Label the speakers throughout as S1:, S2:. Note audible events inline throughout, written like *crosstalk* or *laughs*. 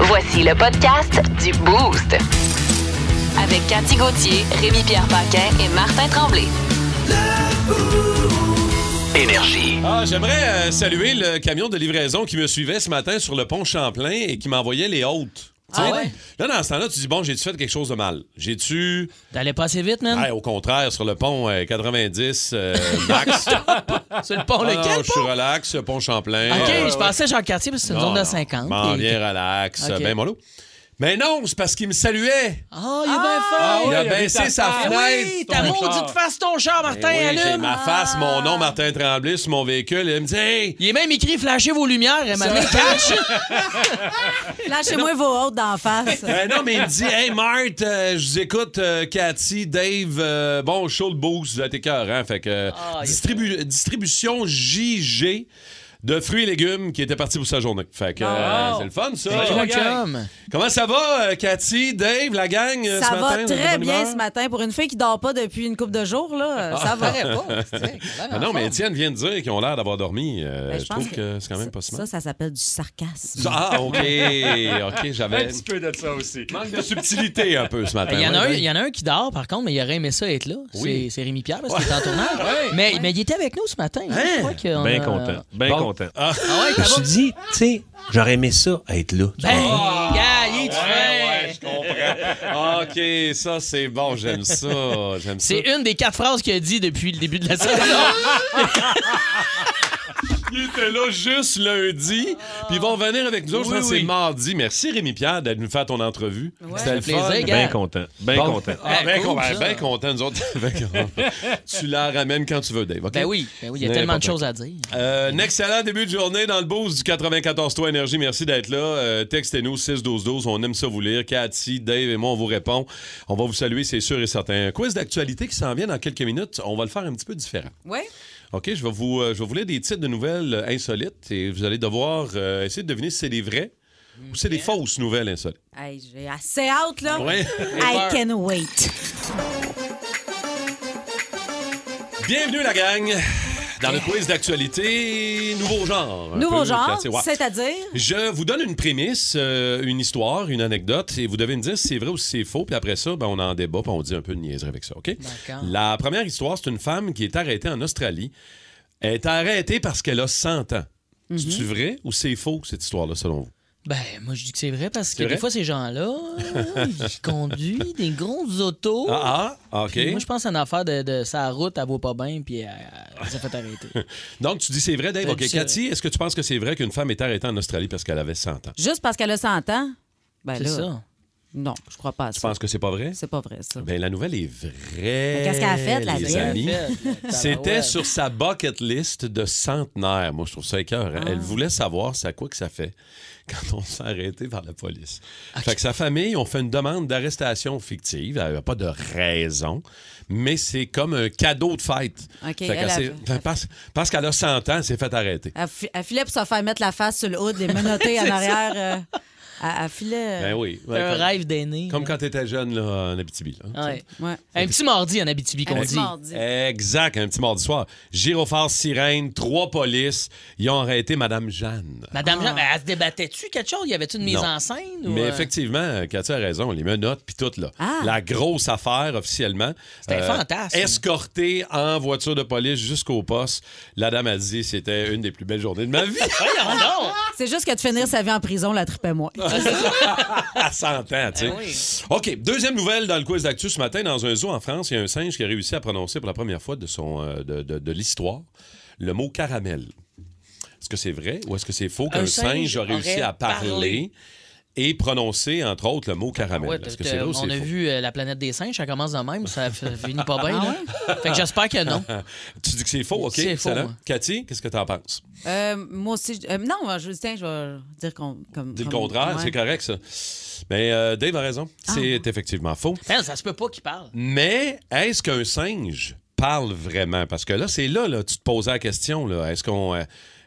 S1: Voici le podcast du Boost. Avec Cathy Gauthier, Rémi-Pierre Paquin et Martin Tremblay.
S2: Énergie.
S3: Ah, j'aimerais euh, saluer le camion de livraison qui me suivait ce matin sur le pont Champlain et qui m'envoyait les hautes. Tu
S4: Ah
S3: sais,
S4: ouais?
S3: Là, dans ce temps-là, tu dis, bon, j'ai-tu fait quelque chose de mal? J'ai-tu.
S4: T'allais pas assez vite, man?
S3: Ah, au contraire, sur le pont euh, 90,
S4: *laughs*
S3: euh, max.
S4: Sur le pont,
S3: Ah, non,
S4: lequel
S3: je suis
S4: pont?
S3: relax, pont Champlain.
S4: OK,
S3: Euh,
S4: je pensais Jean-Cartier parce que c'est une
S3: non,
S4: zone de
S3: non,
S4: 50.
S3: M'en
S4: Et-
S3: viens relax,
S4: OK.
S3: ben mollo. Mais non, c'est parce qu'il me saluait.
S4: Ah, il est bien fort!
S3: il
S5: oui,
S3: a
S5: il a
S3: baissé
S5: vu ta
S3: sa
S5: face.
S4: Eh
S3: fenêtre.
S4: oui,
S3: Ah, ton
S4: ta
S3: char.
S4: maudite face ton char,
S3: Eh
S4: Martin,
S3: oui, j'ai
S4: allume!
S3: ma face, mon nom, Martin Tremblay, sur mon véhicule. Il me dit, hey,
S4: Il est même écrit « Flashez vos lumières, et maintenant, cache!
S6: Lâchez-moi vos hôtes d'en face.
S3: Euh, non, mais il me dit, hey, Marthe, euh, je vous écoute, euh, Cathy, Dave, euh, bon, show le boost, vous êtes écœurant, hein, fait que euh,
S4: Ah,
S3: distribu- distribution JG de fruits et légumes qui était parti pour sa journée. Fait que euh,
S5: Ah, wow.
S3: c'est le fun, ça.
S5: Thank you, la
S3: Ouais.
S5: gang.
S4: Chum.
S3: Comment ça va, euh, Cathy, Dave, la gang, euh,
S6: Ça
S3: ce matin?
S6: va
S3: de
S6: très
S3: bonne
S6: bien
S3: humeur? ben,
S6: ce matin. Pour une fille qui dort pas depuis une couple de jours, là, euh, ça va.
S4: *laughs*
S3: Ah non, mais Étienne vient de dire qu'ils ont l'air d'avoir dormi. euh,
S6: Ben,
S3: je trouve que, c'est quand même pas si
S6: Ça,
S3: mal.
S6: ça s'appelle du sarcasme.
S3: Ah, OK, OK,
S5: Un
S3: j'avais...
S5: petit peu de ça aussi.
S3: Manque de subtilité un peu ce matin.
S4: Ben, Il y, en a un,
S3: Ouais,
S4: il y en a un qui dort, par contre, mais il aurait aimé ça être là.
S3: Ben Oui.
S4: C'est- C'est Rémi Pierre parce qu'il est en tournage. Mais, mais il était avec nous ce matin.
S3: Hein?
S4: Je crois qu'on
S7: Bien
S4: a-
S7: content. Bien
S3: Bon.
S7: content.
S4: Ah ouais,
S7: Je me
S4: ça va?
S7: suis dit, tu sais, j'aurais aimé ça être là.
S4: Ben, gars, il est du fin.
S3: Oh! Ouais, je comprends. OK, ça, c'est bon, j'aime ça. J'aime ça.
S4: C'est une des quatre phrases qu'il a dit depuis le début de la saison.
S3: Ils étaient là juste lundi, puis ils vont venir avec nous autres. je
S4: Oui,
S3: pense que
S4: oui.
S3: c'est mardi. Merci, Rémi-Pierre, d'être venu faire ton entrevue. C'était le
S4: plaisir,
S3: fun.
S4: gars.
S7: Bien content. Bien
S3: Bon.
S7: content.
S3: Ah,
S4: Ben,
S3: ben,
S4: cool,
S3: ben,
S4: ça.
S3: ben content, nous autres. *laughs* Ben, tu la ramènes quand tu veux, Dave. OK?
S4: Ben oui, ben oui, il y a tellement de choses à dire.
S3: Euh, un excellent début de journée dans le boost du 94 3 Énergie. Merci d'être là. Euh, Textez-nous 6-12-12. On aime ça vous lire. Cathy, Dave et moi, on vous répond. On va vous saluer, c'est sûr et certain. Un quiz d'actualité qui s'en vient dans quelques minutes. On va le faire un petit peu différent.
S6: Oui?
S3: OK, je vais vous, euh, je vais vous lire des titres de nouvelles euh, insolites et vous allez devoir euh, essayer de deviner si c'est des vraies ou si c'est des fausses nouvelles insolites.
S6: Hey, j'ai assez hâte, là.
S3: Ouais.
S6: *laughs* I can wait.
S3: Bienvenue, la gang, dans le quiz d'actualité Nouveau genre. Un
S6: Nouveau
S3: peu,
S6: genre,
S3: Cathy, ouais.
S6: c'est-à-dire...
S3: Je vous donne une prémisse, euh, une histoire, une anecdote, et vous devez me dire si c'est vrai ou si c'est faux. Puis après ça, ben, on en débat, puis on dit un peu de niaiserie avec ça, OK?
S4: D'accord.
S3: La première histoire, c'est une femme qui est arrêtée en Australie. Elle est arrêtée parce qu'elle a 100 ans.
S4: Mm-hmm.
S3: C'est-tu vrai ou c'est faux, cette histoire-là, selon vous?
S4: Ben, moi, je dis que c'est vrai parce que
S3: C'est vrai?
S4: des fois, ces
S3: *laughs*
S4: gens-là, ils conduisent des grosses autos.
S3: Ah, ah, OK.
S4: Puis Moi, je pense à une affaire de, de sa route, elle vaut pas bien, puis elle, elle s'est fait
S3: *laughs*
S4: arrêter.
S3: Donc, tu dis c'est vrai, Dave.
S4: Ben,
S3: OK,
S4: c'est-
S3: Cathy, est-ce que tu penses que c'est vrai qu'une femme est arrêtée en Australie parce qu'elle avait 100 ans?
S6: Juste parce qu'elle a 100 ans? Ben
S4: C'est
S6: là,
S4: ça.
S6: non, je crois pas à
S3: Tu
S6: ça.
S3: penses que c'est pas vrai?
S6: C'est pas vrai, ça.
S3: Ben, la nouvelle est vraie.
S6: qu'est-ce qu'elle a fait, la
S3: les
S6: vieille?
S3: amis? *laughs*
S4: Fait, ben
S3: C'était
S4: tabarouette.
S3: sur sa bucket list de centenaire. Moi, je trouve ça écœurant.
S6: Ah.
S3: Elle voulait savoir c'est à quoi que ça fait *laughs* quand on s'est arrêté par la police. Fait que sa famille ont fait une demande d'arrestation fictive. Elle n'avait pas de raison, mais c'est comme un cadeau de fête.
S6: OK,
S3: Fait qu'elle
S6: elle
S3: s'est-
S6: a-
S3: parce parce qu'elle a 100 ans, elle s'est fait arrêter.
S6: Elle, fi- elle filait pour se faire mettre la face sur le haut, les menotter
S3: *laughs*
S6: en arrière. euh, elle, elle filait...
S3: Ben oui. Ouais,
S4: un
S3: comme-
S4: rêve d'aîné.
S3: Comme quand t'étais jeune là, en Abitibi. là.
S4: Ouais.
S6: euh, Ouais.
S4: Un petit mardi en Abitibi qu'on
S6: Elle
S4: dit.
S6: se mordit.
S3: Exact, un petit mardi soir. Gyrophare, sirène, trois polices. Ils ont arrêté Madame Jeanne.
S4: Madame Jean, ben, elle se débattait-tu quelque chose? Y avait-tu une mise
S3: Non.
S4: en scène? ou,
S3: Mais
S4: euh,
S3: effectivement, Cathy a raison, les menottes puis tout, là.
S6: Ah.
S3: La grosse affaire officiellement. euh,
S4: C'était un fantasme.
S3: Escortée en voiture de police jusqu'au poste. La dame a dit c'était une des plus belles journées
S4: *laughs*
S3: de ma vie.
S4: Voyons
S3: Ah!
S4: donc!
S6: C'est juste que de finir sa vie en prison, la tripait moi.
S3: *laughs* à 100 ans, tu sais.
S4: Ah oui.
S3: OK, deuxième nouvelle dans le quiz d'actu ce matin. Dans un zoo en France, il y a un singe qui a réussi à prononcer pour la première fois de, son, euh, de, de- de l'histoire le mot caramel. Est-ce que c'est vrai ou est-ce que c'est faux qu'un singe, a réussi
S4: aurait
S3: à parler
S4: parlé. Ah,
S3: et prononcer, entre autres, le mot caramel?
S4: Ouais,
S3: Est-ce
S4: t'as-
S3: que c'est
S4: t'as-
S3: vrai ou
S4: on
S3: c'est
S4: a
S3: faux?
S4: vu euh, La planète des singes, ça commence de même, ça
S3: *laughs*
S4: f- finit pas bien. là. Ah Fait que j'espère que non.
S3: Ah. Tu dis que c'est faux, OK.
S4: C'est faux, hein.
S3: excellent.
S4: moi.
S3: Cathy, qu'est-ce que tu en penses?
S6: Euh, moi aussi, je- euh, non, je, tiens, je vais dire qu'on- comme.
S4: Ah,
S3: Dis le
S6: comme-
S3: contraire,
S6: ouais.
S3: c'est correct, ça. Mais euh, Dave a raison, c'est effectivement faux.
S4: Hein, ça se peut pas qu'il parle.
S3: Mais est-ce qu'un singe parle vraiment? Parce que là, c'est là, là, tu te posais la question, là. Est-ce qu'on... euh,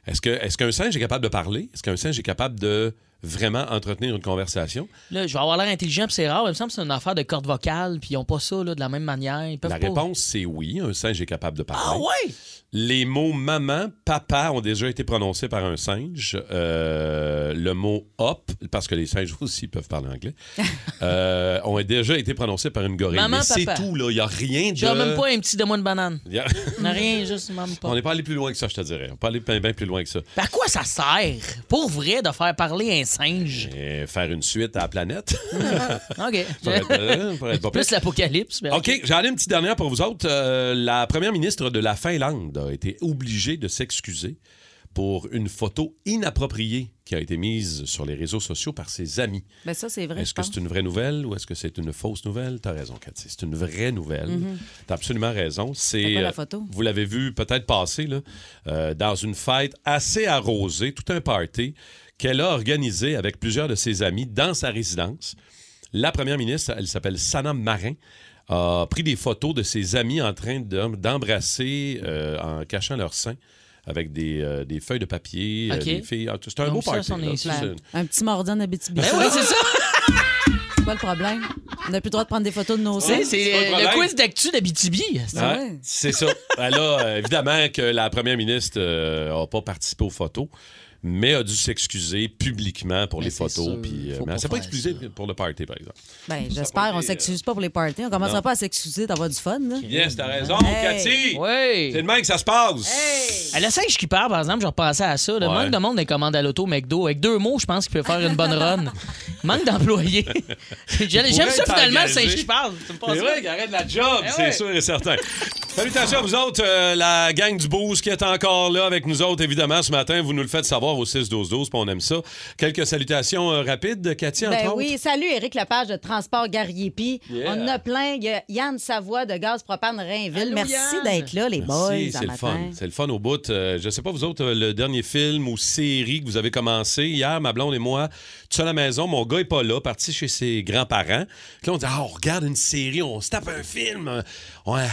S3: Est-ce que- est-ce qu'un singe est capable de parler? Est-ce qu'un singe est capable de vraiment entretenir une conversation.
S4: Là, je vais avoir l'air intelligent, puis c'est rare. Il me semble que c'est une affaire de corde vocale, puis ils n'ont pas ça là, de la même manière. Ils peuvent
S3: La
S4: pas-
S3: réponse, c'est oui. Un singe est capable de parler.
S4: Ah ouais!
S3: Les mots maman, papa ont déjà été prononcés par un singe. Euh, le mot hop, parce que les singes *laughs* aussi peuvent parler
S4: *laughs*
S3: anglais, euh, ont déjà été prononcés par une gorille.
S4: Maman,
S3: Mais c'est
S4: papa.
S3: tout, là. Il n'y a rien de.
S4: J'ai même pas un petit de moi une banane.
S3: Il
S4: *laughs*
S3: y a-
S4: On n'a rien, juste même pas.
S3: Mm. On n'est pas allé plus loin que ça, je te dirais. On n'est pas allé bien, bien plus loin que ça.
S4: Ben, à quoi ça sert, pour vrai, de faire parler un
S3: *laughs*
S4: singe?
S3: Et faire une suite à la *laughs* planète.
S4: OK.
S3: Pour être- euh, pour être pas pire.
S4: Plus l'apocalypse. mais
S3: OK, j'en ai une petite dernière pour vous autres. Euh, la première ministre de la Finlande a été obligée de s'excuser pour une photo inappropriée qui a été mise sur les réseaux sociaux par ses amis.
S6: Ben ça, c'est vrai,
S3: Est-ce
S6: je
S3: que
S6: pense.
S3: c'est une vraie nouvelle ou est-ce que c'est une fausse nouvelle? T'as raison, Cathy. C'est une vraie nouvelle. T'as absolument raison. C'est
S6: quoi la
S3: euh,
S6: photo?
S3: Vous l'avez vu peut-être passer là, euh, dans une fête assez arrosée, tout un party qu'elle a organisé avec plusieurs de ses amis dans sa résidence. La première ministre, elle s'appelle Sana Marin, a pris des photos de ses amis en train d'em- d'embrasser euh, en cachant leur sein avec des, euh, des feuilles de papier, euh,
S4: OK.
S3: des filles. Ah, C'est un
S4: Donc
S3: beau
S4: ça,
S3: party.
S4: c'en
S3: là.
S4: est
S3: Ça,
S6: La-
S3: c'est-
S6: Ben, Un petit mordant d'Abitibi.
S4: Ben oui,
S6: *laughs*
S4: c'est ça.
S6: C'est quoi le problème? On n'a plus le droit de prendre des photos de nos
S4: C'est,
S6: seins.
S4: c'est
S3: pas le
S4: le,
S3: problème.
S4: quiz d'actu d'Abitibi.
S6: Ah
S3: Ouais,
S6: ouais?
S3: C'est ça. Elle a, euh, évidemment que la première ministre n'a pas participé aux photos, mais a dû s'excuser publiquement pour
S4: Mais
S3: les
S4: c'est
S3: photos.
S4: sûr,
S3: Puis, euh,
S4: faut
S3: mais elle
S4: pas
S3: s'est pas
S4: faire
S3: excusée
S4: ça.
S3: pour le party, par exemple.
S6: Ben, j'espère, on s'excuse pas pour les parties. On commencera
S3: Non.
S6: pas à s'excuser d'avoir du fun. là.
S3: Yes, t'as raison,
S6: Eh Hey!
S3: Cathy! C'est
S4: Oui.
S3: de même que ça se passe!
S4: À la Ah, singe qui part, par exemple, je repensais à ça. Le
S3: Ouais.
S4: manque de monde des commandes à l'auto McDo. Avec deux mots, je pense qu'il peut faire une
S3: *laughs*
S4: bonne run. manque d'employés. J'aime
S3: pourrait
S4: j'aime ça
S3: être
S4: finalement, la
S3: engagé.
S4: singe qui parle. Tu me passes
S3: C'est
S4: ça?
S3: vrai qu'il arrête la job,
S4: Eh
S3: c'est
S4: ouais.
S3: sûr et certain. Salutations à vous autres, euh, la gang du Boost qui est encore là avec nous autres, évidemment, ce matin. Vous nous le faites savoir au 6-12-12, puis on aime ça. Quelques salutations euh, rapides, Cathy, entre
S6: Ben
S3: autres.
S6: oui, salut Éric Lapage de Transport Gariepi.
S3: Yeah.
S6: On en a plein. Il y a Yann Savoie de Gaz Propane Rainville.
S4: Allô,
S6: Merci
S4: Yann.
S6: d'être là, les
S3: Merci,
S6: boys,
S3: c'est
S6: un
S3: le fun.
S6: matin.
S3: C'est le fun au bout. Euh, je sais pas, vous autres, euh, le dernier film ou série que vous avez commencé hier, ma blonde et moi, tout seul à la maison, mon gars est pas là, parti chez ses grands-parents. Puis là, on dit, ah, on regarde une série, on se tape un film. Ouais,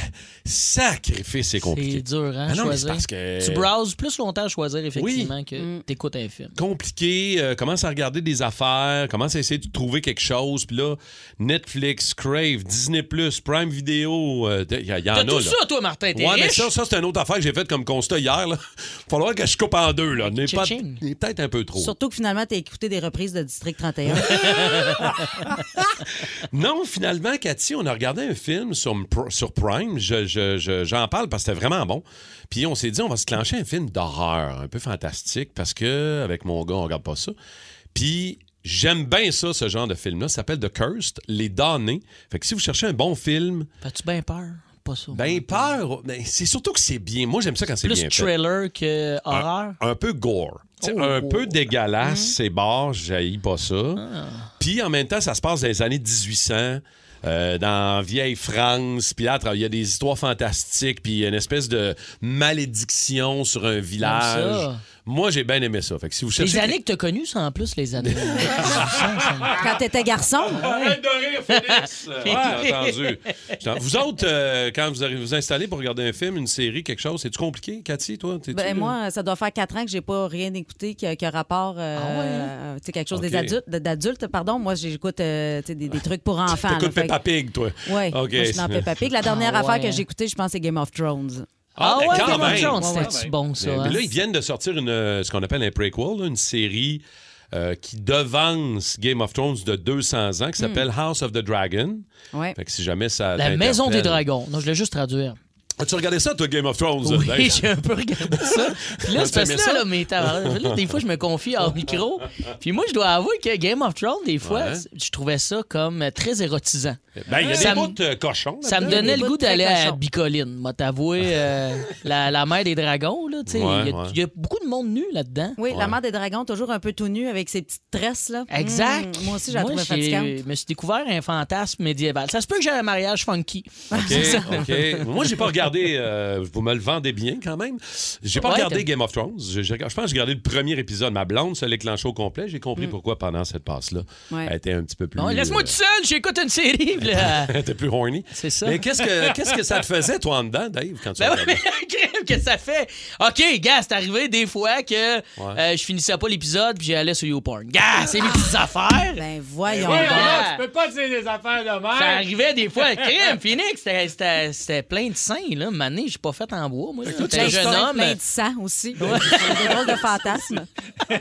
S3: sacrifice, c'est
S4: C'est
S3: compliqué.
S4: dur, hein,
S3: Ah non, mais
S4: choisir.
S3: c'est parce que-
S4: Tu browses plus longtemps à choisir, effectivement, que
S6: Mm.
S4: t'écoutes un film.
S3: Compliqué, euh, commence à regarder des affaires, commence à essayer de trouver quelque chose. Puis là, Netflix, Crave, Disney, Prime Video, il y, a- y en a.
S4: T'as tout
S3: Ah, là.
S4: ça, toi, Martin. T'es
S3: Ouais, mais
S4: riche.
S3: ça, ça c'est une autre affaire que j'ai faite comme constat hier. Là. *laughs* Falloir que je coupe en deux. Là. N'est pas-
S4: Cha-ching.
S3: n'est Peut-être un peu trop.
S6: Surtout que finalement, t'as écouté des reprises de District 31.
S3: *laughs* Non, finalement, Cathy, on a regardé un film sur, M- Pr- sur Prime. Je- je- je- j'en parle parce que c'était vraiment bon. Puis on s'est dit, on va se clencher un film d'horreur, un peu fantastique, parce que avec mon gars, on regarde pas ça. Puis j'aime bien ça, ce genre de film-là. Ça s'appelle The Cursed, Les Damnés. Fait que si vous cherchez un bon film,
S4: Fais-tu bien peur? Pas ça.
S3: ben peur, ben, c'est surtout que c'est bien. Moi, j'aime ça quand c'est
S4: plus
S3: bien fait. Ah.
S4: thriller que horreur.
S3: un peu gore. T'sais,
S4: Oh.
S3: un peu dégueulasse,
S6: Hein?
S3: c'est barre, j'haïs pas ça.
S6: Ah.
S3: Puis en même temps, ça se passe dans les années 1800, euh, dans vieille France. Puis là, il y a des histoires fantastiques, puis il y a une espèce de malédiction sur un village.
S4: ça.
S3: Moi, j'ai bien aimé ça. Fait que si vous cherchez...
S4: Les années que t'as connues, c'est en plus les
S3: *laughs*
S4: années. Ah
S6: Quand t'étais garçon,
S3: Arrête Ah, de rire,
S6: *laughs*
S3: Félix! Ouais, entendu. J'entends- Vous autres, euh, quand vous arrivez vous installez pour regarder un film, une série, quelque chose, c'est-tu compliqué, Cathy, toi? T'es-tu-
S6: ben, moi, ça doit faire quatre ans que j'ai pas rien écouté qui a, qui a rapport, euh, euh, tu sais, quelque chose
S3: OK.
S6: des adultes, de- d'adultes, pardon. Moi, j'écoute euh, tu sais, des, des trucs pour enfants. là.
S3: T'écoutes
S6: Fait que-
S3: Peppa Pig, toi?
S6: Ouais,
S3: OK.
S6: moi, je suis dans Peppa Pig. La dernière
S4: Ah
S6: affaire
S4: ouais.
S6: que j'ai écoutée, je pense, c'est Game of Thrones.
S4: Ah ouais,
S3: quand
S4: Game of
S3: même.
S4: Thrones,
S6: Ouais,
S4: c'était-tu bon, ça?
S3: Mais
S4: hein?
S3: là, ils viennent de sortir une, euh, ce qu'on appelle un prequel, là, une série euh, qui devance Game of Thrones de 200 ans, qui s'appelle House of the Dragon.
S6: Ouais.
S3: Fait que si jamais ça.
S4: Hmm. La maison des
S3: t'interpelle-
S4: dragons. Non, je l'ai juste traduire.
S3: As-tu regardé ça, toi, Game of Thrones? Dave?
S4: Oui, j'ai un peu
S3: *laughs*
S4: regardé ça. Puis là,
S3: Ah,
S4: c'est
S3: t'as
S4: parce
S3: aimé
S4: que
S3: ça?
S4: là, là, mes tabarnak, là, des fois, je me confie en micro. Puis moi, je dois avouer que Game of Thrones, des fois,
S3: Ouais.
S4: c- je trouvais ça comme euh, très érotisant.
S3: Ben, il y a
S4: Ça
S3: des
S4: me-
S3: bouts de cochons.
S4: Ça me
S3: là-dedans.
S4: donnait
S6: des
S4: le
S6: bouts
S4: goût
S6: très
S4: d'aller à
S6: cochons.
S4: Bicoline, m'a t'avoué,
S6: *laughs*
S4: euh, la, la mère des dragons. là, tu sais, Il y
S3: Ouais,
S4: a-
S3: ouais.
S4: il y, a beaucoup de monde nu là-dedans.
S6: Oui, la mère des dragons, toujours un peu tout nu avec ses petites tresses. Là.
S4: Exact.
S6: Mm, moi aussi, je la trouvais
S4: j'ai-
S6: fatigante.
S4: me suis découvert un fantasme médiéval. *laughs* Ça se peut que j'ai un mariage funky.
S3: OK, OK. Moi, j'ai pas regardé, euh, vous me le vendez bien quand même. J'ai pas
S4: Ouais,
S3: regardé
S4: t'as-
S3: Game of Thrones. J'ai- j'ai- Je, pense que j'ai regardé le premier épisode. Ma blonde se l'éclenchait au complet. J'ai compris pourquoi pendant cette passe-là,
S6: Ouais.
S3: elle était un petit peu plus.
S4: Hmm. Bon, laisse-moi
S3: euh,
S4: tout seul, j'écoute une série. puis
S3: *laughs*
S4: là.
S3: elle était plus horny.
S4: Ah. C'est ça.
S3: Mais qu'est-ce que, qu'est-ce que ça te faisait, toi, en dedans, Dave, quand tu
S4: Ben ouais,
S3: regardais?
S4: mais *laughs* la crème que ça fait. OK, gars, c'est arrivé des fois que euh, je finissais pas l'épisode puis j'allais sur YouPorn. Gars, c'est mes petites affaires.
S6: Ben voyons.
S4: Ouais,
S6: donc.
S4: ouais.
S2: Tu peux pas dire des affaires de
S4: ça
S2: merde.
S4: arrivait des fois. Crème, Phoenix, c'était- c'était c'était plein de seins, là. Mané, j'ai pas fait en bois, moi. là. J'étais un
S6: Plein de
S4: jeune
S6: sang,
S4: homme.
S6: Plein de sang aussi. *laughs* C'est des drôles de fantasmes.
S4: ben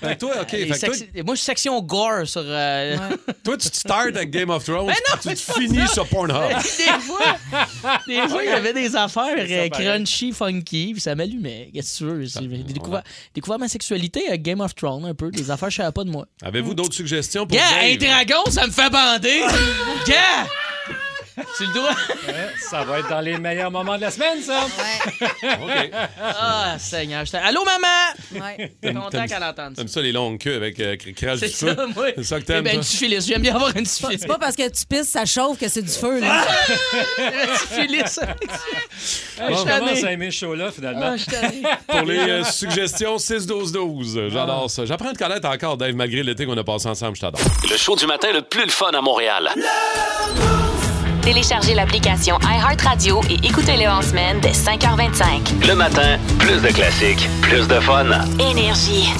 S3: Fait que toi, OK, fait
S4: Et
S3: que toi,
S4: sex- Moi, je suis section gore sur. euh,
S3: toi, tu te startes avec Game of Thrones,
S4: Ben non,
S3: puis
S4: mais
S3: tu
S4: c'est
S3: te
S4: pas
S3: finis
S4: ça. Ben-
S3: sur Pornhub.
S4: *laughs* des fois, des fois, il y avait des affaires euh,
S2: pareil.
S4: crunchy, funky, puis ça m'allumait. Qu'est-ce que tu veux? J'ai j'ai découvert, découvert ma sexualité avec Game of Thrones un peu. Des affaires, je savais pas de moi.
S3: Avez-vous d'autres suggestions pour
S4: Gars, un
S3: Dave?
S4: dragon, ça me fait bander! Gars! Tu le dois?
S2: Ouais, Ça va être dans les meilleurs moments de la semaine, ça.
S4: *laughs*
S3: OK.
S4: Ah, Seigneur, je t'ai- Allô, maman!
S6: Ouais.
S4: T'es content
S3: t'aimes-
S4: qu'elle entende ça.
S3: T'aimes ça, les longues queues avec euh, cr- crache
S4: C'est
S3: du feu?
S4: ça, moi.
S3: C'est ça que
S4: Eh
S3: t'aimes,
S4: ben,
S3: toi?
S4: du syphilis. J'aime bien avoir une syphilis.
S6: C'est
S4: *laughs*
S6: pas parce que tu pisses, ça chauffe que c'est du feu. Là.
S4: La syphilis.
S2: Hey,
S4: Bon.
S2: je commence à aimer ce show-là, finalement.
S4: Ah, je t'en ai.
S3: Pour les euh, suggestions,
S4: Ah.
S3: 6-12-12. J'adore ça. J'apprends à te connaître encore, Dave, malgré l'été qu'on a passé ensemble. Je t'adore.
S5: Le show du matin le plus le fun à Montréal.
S1: Téléchargez l'application iHeartRadio et écoutez-le en semaine dès 5h25.
S5: Le matin, plus de classiques, plus de fun.
S1: Énergie.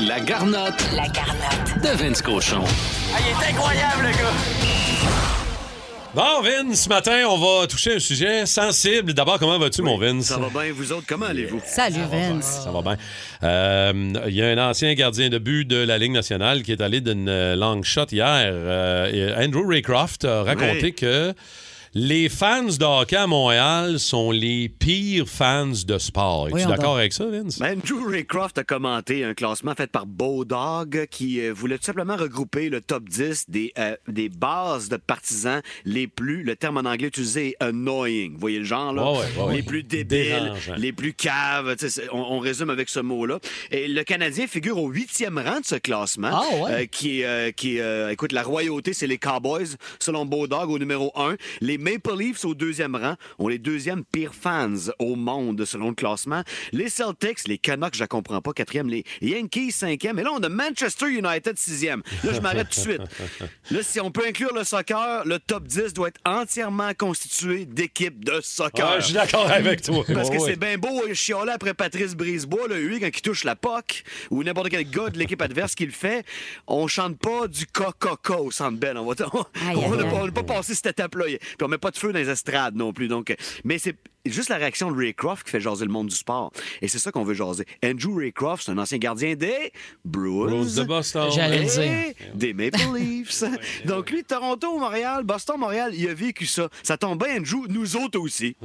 S5: La garnotte
S1: La carnotte.
S5: de Vince Cochon.
S3: Bon, Vin, ce matin, on va toucher un sujet sensible. D'abord, comment vas-tu, mon Vince?
S8: Ça va bien, vous autres, comment allez-vous?
S6: Salut, Vince.
S3: Ça va bien. Euh, Il y a un ancien gardien de but de la Ligue nationale qui est allé d'une euh, long shot hier. Euh, et Andrew Raycroft a raconté
S8: Oui.
S3: que les fans de hockey à Montréal sont les pires fans de sport. Es-tu
S6: Voyons
S3: d'accord avec ça, Vince?
S8: Ben, Andrew Raycroft a commenté un classement fait par Bodog qui euh, voulait tout simplement regrouper le top 10 des, euh, des bases de partisans les plus, le terme en anglais utilisé est annoying. Vous voyez le genre, là?
S3: Ouais, ouais, ouais, ouais.
S8: les plus débiles,
S3: Dérangeant.
S8: les plus caves. tu sais, c'est- On, on résume avec ce mot-là. Et le Canadien figure au huitième rang de ce classement.
S4: Ah, ouais.
S8: euh, qui, est, euh, qui est, euh, écoute, la royauté, c'est les Cowboys, selon Bodog, au numéro 1. Les Maple Leafs, au deuxième rang, ont les deuxièmes pires fans au monde, selon le classement. Les Celtics, les Canucks, je la comprends pas, quatrième. Les Yankees, cinquième. Et là, on a Manchester United, sixième. Là, je m'arrête tout de suite. Là, si on peut inclure le soccer, le top 10 doit être entièrement constitué d'équipes de soccer.
S3: Ah, je suis d'accord avec toi.
S8: Parce que
S3: Ouais, ouais.
S8: c'est bien beau euh, chialer après Patrice Brisebois, le lui, quand il touche la POC, ou n'importe quel gars de l'équipe adverse qui le fait, on chante pas du coca au Centre Bell. On va *laughs* on-
S6: Aïe,
S8: on
S6: aïe,
S8: n'a
S6: aïe.
S8: pas- on n'a pas passé cette étape-là. Puis on met pas de feu dans les estrades non plus. Donc, euh, mais c'est juste la réaction de Ray Croft qui fait jaser le monde du sport. Et c'est ça qu'on veut jaser. Andrew Ray Croft, c'est un ancien gardien des Bruins.
S3: Rose de Boston.
S4: J'allais-
S8: Et
S4: le dire.
S8: Des
S6: *laughs*
S8: Maple Leafs. Donc lui, Toronto, Montréal, Boston, Montréal, il a vécu ça. Ça tombe bien, Andrew, nous autres aussi.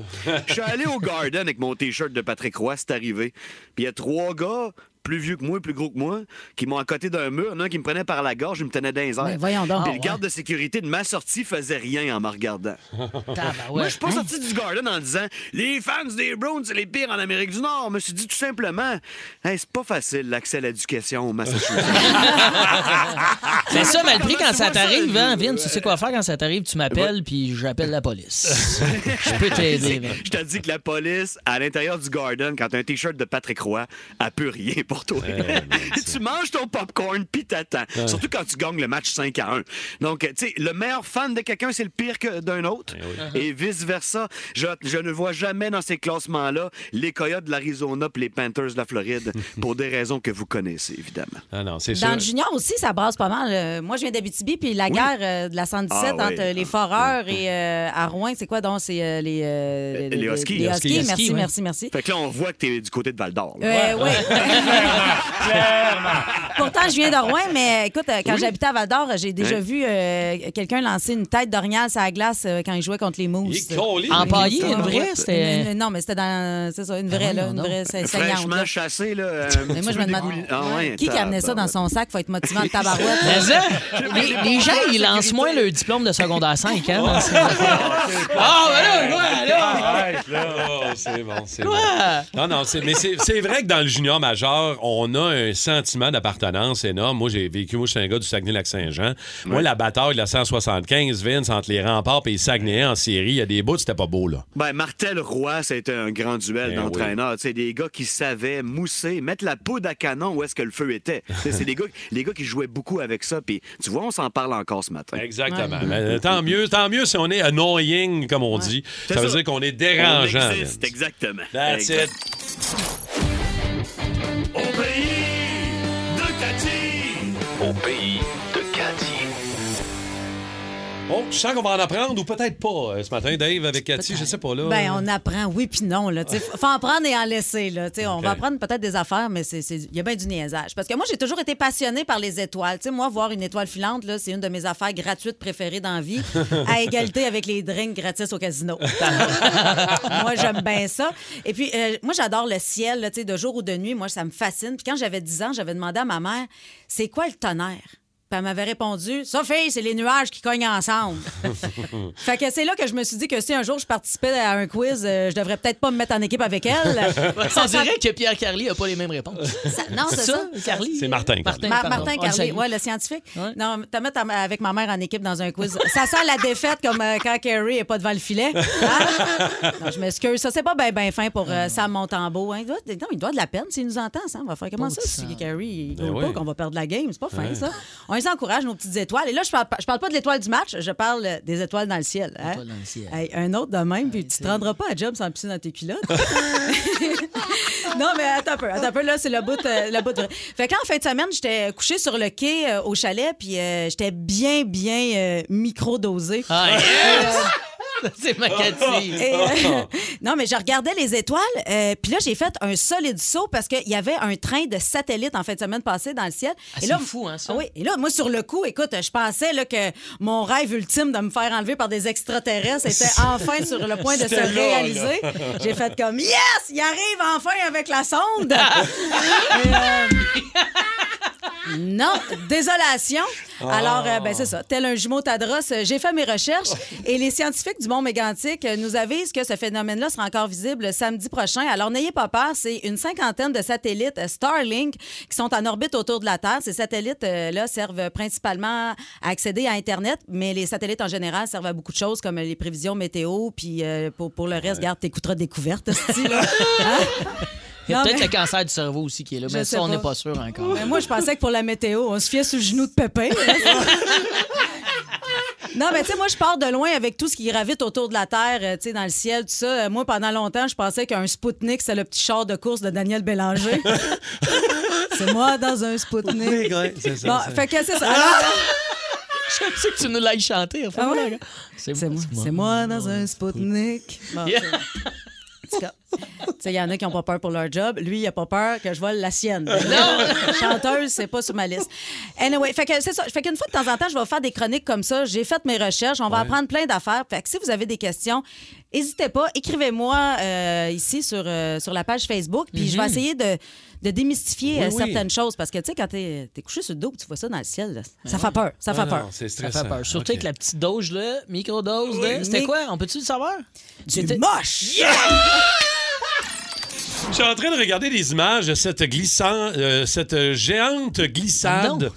S8: Je suis allé au Garden avec mon T-shirt de Patrick Roy, c'est arrivé. Puis il y a trois gars plus vieux que moi, plus gros que moi, qui m'ont accoté d'un mur. Il y en a un qui me prenait par la gorge, il me tenait dans les airs.
S6: Ben, voyons
S8: Puis
S6: donc. Ah, ouais.
S8: le garde de sécurité de ma sortie faisait rien en me regardant. Moi, je
S6: hein?
S8: suis pas sorti du Garden en disant les fans des Browns, c'est les pires en Amérique du Nord. Je me suis dit tout simplement, Hey, c'est pas facile l'accès à l'éducation au Massachusetts.
S4: C'est ça, mal pris
S8: Comment
S4: quand ça
S8: tu vois ça,
S4: t'arrive,
S8: Andrew?
S4: hein, Vin? Tu sais quoi faire quand ça t'arrive? Tu m'appelles, puis j'appelle la
S6: *laughs*
S4: police. Je peux t'aider, Vin.
S8: *laughs* Je te dis que la police, à l'intérieur du Garden, quand t'as un T-shirt de Patrick Roy, elle peut rien pour toi. *laughs* tu manges ton popcorn puis t'attends. Surtout quand tu gagnes le match 5 à 1. Donc, euh, tu sais, le meilleur fan de quelqu'un, c'est le pire que d'un autre.
S6: Uh-huh.
S8: Et vice-versa. Je, je ne vois jamais dans ces classements-là les Coyotes de l'Arizona puis les Panthers de la Floride pour des raisons que vous connaissez, évidemment.
S3: Ah non, c'est sûr.
S6: Dans le junior aussi, ça brasse pas mal. Euh, moi, je viens d'Abitibi, puis la guerre euh, de la 117
S8: Ah,
S6: entre
S8: oui.
S6: les foreurs et euh, à Rouen, c'est quoi donc? C'est euh, les, euh,
S8: Les Huskies.
S6: Les
S8: Huskies,
S6: Huskies,
S4: Huskies,
S6: merci,
S4: ouais.
S6: merci, merci.
S8: Fait que là, on voit que t'es du côté de Val-d'Or. là.
S6: Euh, oui. Pourtant, je viens de Rouen, mais écoute, euh, quand j'habitais à Val d'Or, j'ai déjà
S8: Hein?
S6: vu euh, quelqu'un lancer une tête d'orignal sur la glace euh, quand il jouait contre les Mousses.
S3: Il est collé.
S4: Empaillé, une vraie,
S6: Une-
S4: c'était.
S6: une- Non, mais c'était dans. C'est ça, une vraie,
S4: Ah,
S6: là.
S4: non,
S6: Une
S4: non.
S6: vraie, c'est saignante.
S8: Fraîchement
S6: là.
S8: chassé, là.
S6: Mais moi, je me demande.
S8: Ah
S6: qui qui amenait ça dans son sac? Faut être motivant de tabarouette.
S4: Mais ça, les, les gens, ils lancent moins leur diplôme de secondaire 5, hein? dans ces- Ah, ben là, quoi, là?
S2: Arrête, là.
S3: Oh, c'est bon, c'est bon.
S4: Quoi?
S3: Non, non, c'est- mais c'est c'est vrai que dans le junior majeur, Alors, on a un sentiment d'appartenance énorme. Moi, j'ai vécu, moi, je suis un gars du Saguenay-Lac-Saint-Jean. Moi, la bataille de la 175, Vince, entre les remparts et les Saguenayens en Syrie, il y a des bouts, c'était pas beau, là.
S8: Ben, Martel Roy, ça a été un grand
S3: Ben
S8: duel d'entraîneurs. Tu sais, Des gars qui savaient mousser, mettre la poudre à canon où est-ce que le feu était. Tu sais, C'est des gars, les gars qui jouaient beaucoup avec ça. Puis tu vois, on s'en parle encore ce matin.
S3: Exactement. Mais, euh, tant mieux, tant mieux si on est annoying, comme on dit. Ça
S8: C'est
S3: veut
S8: ça.
S3: dire qu'on est
S8: On
S3: dérangeant. Vince.
S8: existe, exactement.
S3: That's
S8: Exact.
S3: it.
S8: Au pays de Cathy!
S5: Au pays de Cathy.
S3: Bon, Oh, je sens qu'on va en apprendre ou peut-être pas euh, ce matin, Dave, avec Cathy, je sais pas là.
S6: Ben, on apprend, oui puis non. Là, tu sais. faut en prendre et en laisser. Là, tu sais. On
S3: OK.
S6: va apprendre peut-être des affaires, mais c'est- c'est- il y a bien du niaisage. Parce que moi, j'ai toujours été passionnée par les étoiles. Tu sais, moi, voir une étoile filante, là, c'est une de mes affaires gratuites préférées dans la vie,
S3: *laughs*
S6: à égalité avec les drinks gratis au casino. moi, j'aime bien ça. Et puis, euh, moi, j'adore le ciel, là, tu sais, de jour ou de nuit. Moi, ça me fascine. Puis quand j'avais 10 ans, j'avais demandé à ma mère, c'est quoi le tonnerre? Puis elle m'avait répondu, Sophie, c'est les nuages qui cognent ensemble. Fait que c'est là que je me suis dit que si un jour je participais à un quiz, euh, je devrais peut-être pas me mettre en équipe
S4: *laughs*
S6: avec elle.
S4: On dirait que Pierre Carly a pas les mêmes réponses.
S6: Ça- non, c'est ça.
S4: Carly?
S3: C'est Martin,
S4: Martin,
S6: Ma-
S4: pardon.
S6: Martin
S4: On le
S6: Carly,
S4: salue.
S6: ouais, le scientifique.
S4: Ouais.
S6: Non, te mettre en- avec ma mère en équipe dans un quiz. Ça sent la défaite comme euh, quand Carrie est pas devant le filet. Hein? Non, je m'excuse. Ça, c'est pas bien ben fin pour euh, Sam Montembeau. hein. Il, doit, non, il doit de la peine s'il nous entend, ça. On va faire comment ça si Carrie, il
S3: Ben
S6: goal
S3: oui.
S6: pas qu'on va perdre la game. C'est pas fin, ça. On les encourage, nos petites étoiles. Et là, je parle, pas- je parle pas de l'étoile du match, je parle euh, des étoiles dans le ciel. hein.
S4: Étoiles dans le ciel.
S6: Hey, un autre de même, puis tu te rendras pas à job sans pisser dans tes culottes. *laughs* non, mais attends un peu. Attends un peu, là, c'est le bout, euh, le bout vrai. Fait qu'en fin de semaine, j'étais couchée sur le quai euh, au chalet, puis euh, j'étais bien, bien euh, micro-dosée.
S4: Ah, yes! c'est
S6: Ah,
S4: ma Cathy.
S6: Et, euh, *laughs* non, mais je regardais les étoiles, euh, puis là, j'ai fait un solide saut parce qu'il y avait un train de satellites en fin de semaine passée dans le ciel.
S4: Ah,
S6: là,
S4: c'est fou, hein, ça?
S6: Ah Oui, et là, moi, sur le coup, écoute, je pensais là, que mon rêve ultime de me faire enlever par des
S4: *laughs*
S6: extraterrestres était enfin sur le point de se
S3: C'était là, là.
S6: réaliser. J'ai fait comme Yes! Il arrive enfin avec la sonde!
S4: *laughs*
S6: Et, euh, non, désolation.
S4: Ah.
S6: Alors, euh, ben, c'est ça. Tel un jumeau Tadros, euh, j'ai fait mes recherches et les scientifiques du Mont Mégantic euh, nous avisent que ce phénomène-là sera encore visible samedi prochain. Alors, n'ayez pas peur, c'est une cinquantaine de satellites euh, Starlink qui sont en orbite autour de la Terre. Ces satellites-là servent principalement à accéder à Internet, mais les satellites en général servent à beaucoup de choses comme euh, les prévisions météo. Puis euh, pour, pour le reste, regarde, t'écouteras découverte.
S4: *laughs*
S6: hostie, là. Hein?
S4: Il y a
S6: Non,
S4: peut-être
S6: mais-
S4: le cancer du cerveau aussi qui est là,
S6: Je
S4: mais
S6: sais
S4: ça, on
S6: pas.
S4: n'est pas sûr encore. *laughs*
S6: Mais moi, je pensais que pour la météo, on se fiait sur le genou de Pépin. Non, mais tu sais, moi, je pars de loin avec tout ce qui gravite autour de la Terre, euh, tu sais, dans le ciel, tout ça. Euh, Moi, pendant longtemps, je pensais qu'un Spoutnik, c'est le petit char de course de Daniel Bélanger. c'est moi dans un Spoutnik.
S3: c'est ça.
S6: Bon, fait que c'est ça. Alors, *laughs*
S4: Je sais que tu nous l'aies chanter. enfin,
S6: Ah ouais?
S4: d'accord. C'est
S6: c'est moi, c'est moi dans un Spoutnik. Bon,
S4: Yeah.
S6: c'est- en tout cas, Tu sais, il y en a qui n'ont pas peur pour leur job. Lui, il n'a pas peur que je vole la sienne. Chanteuse, c'est pas sur ma liste. Anyway, fait que c'est ça. Fait qu'une fois de temps en temps, je vais faire des chroniques comme ça. J'ai fait mes recherches. On va apprendre plein d'affaires. Fait que si vous avez des questions, n'hésitez pas. Écrivez-moi euh, ici sur, euh, sur la page Facebook. Puis je vais essayer de, de démystifier euh,
S3: oui.
S6: certaines choses. parce que, tu sais, quand t'es es couché sur le dos, puis tu vois ça dans le ciel, là, ça fait peur. Ça fait
S3: Non,
S6: peur.
S3: non, Ah, C'est
S4: Ça
S3: stressant.
S4: fait peur. Surtout
S3: Ok.
S4: avec la petite dose, là, microdose. là. C'était
S6: mais-
S4: quoi? On peut-tu le savoir?
S6: C'est moche!
S3: Je suis en train de regarder des images de cette, glissant, euh, cette euh, géante glissade
S4: Non.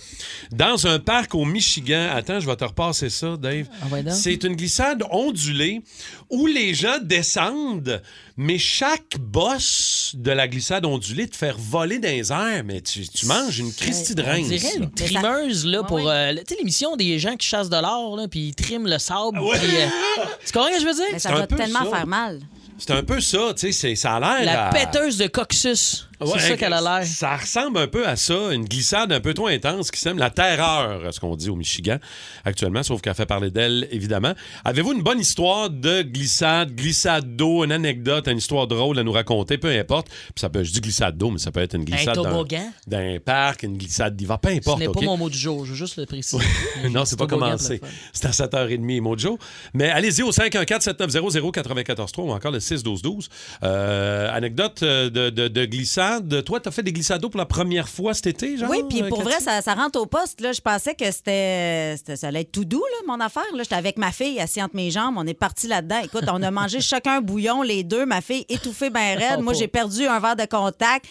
S3: dans un parc au Michigan. Attends, je vais te repasser ça, Dave.
S4: Ah ouais, donc.
S3: C'est une glissade ondulée où les gens descendent, mais chaque bosse de la glissade ondulée te fait voler dans les airs. Mais tu, tu manges une Christie de
S4: On
S3: reine.
S4: dirait
S3: ça.
S4: une trimeuse, là, pour. euh, tu sais, l'émission des gens qui chassent de l'or, là, puis ils triment le sable. puis, euh, tu comprends ce que je veux dire?
S6: Mais
S3: C'est
S6: ça
S3: un
S6: doit
S3: peu
S6: tellement
S3: ça.
S6: faire mal.
S3: C'est un peu ça, tu sais, c'est- ça a l'air.
S4: La
S3: à-
S4: péteuse de coccyx.
S3: Ah. Ouais,
S4: c'est ça qu'elle a l'air.
S3: Ça ressemble un peu à ça, une glissade un peu trop intense qui sème la terreur, ce qu'on dit au Michigan actuellement, sauf qu'elle fait parler d'elle, évidemment. Avez-vous une bonne histoire de glissade, glissade d'eau, une anecdote, une histoire drôle à nous raconter, peu importe. Puis ça peut, je dis glissade d'eau, mais ça peut être une glissade d'un-
S4: toboggan?
S3: d'un parc, une glissade d'hiver, peu
S4: Ben, Ce
S3: importe.
S4: n'est
S3: OK?
S4: pas mon mot du jour, je veux juste le préciser.
S3: *laughs* non, c'est pas
S4: Toboggan pour
S3: commencé.
S4: le fun.
S3: C'est à 7h30, Mojo. Mais allez-y au 514-790-0943 ou encore le 6-12-12. Euh, anecdote euh, de, de- de glissade. Toi, t'as fait des glissados pour la première fois cet été, genre?
S6: Oui, puis
S3: euh,
S6: pour vrai,
S3: Cathy?
S6: ça, ça rentre au poste. Là. Je pensais que c'était, c'était- ça allait être tout doux, là, mon affaire. Là. J'étais avec ma fille, assise entre mes jambes. On est parti là-dedans. Écoute, on
S3: *laughs*
S6: a
S3: Oh, *laughs*
S6: mangé chacun un bouillon, les deux. Ma fille étouffée ben raide. Moi, j'ai perdu un verre de contact.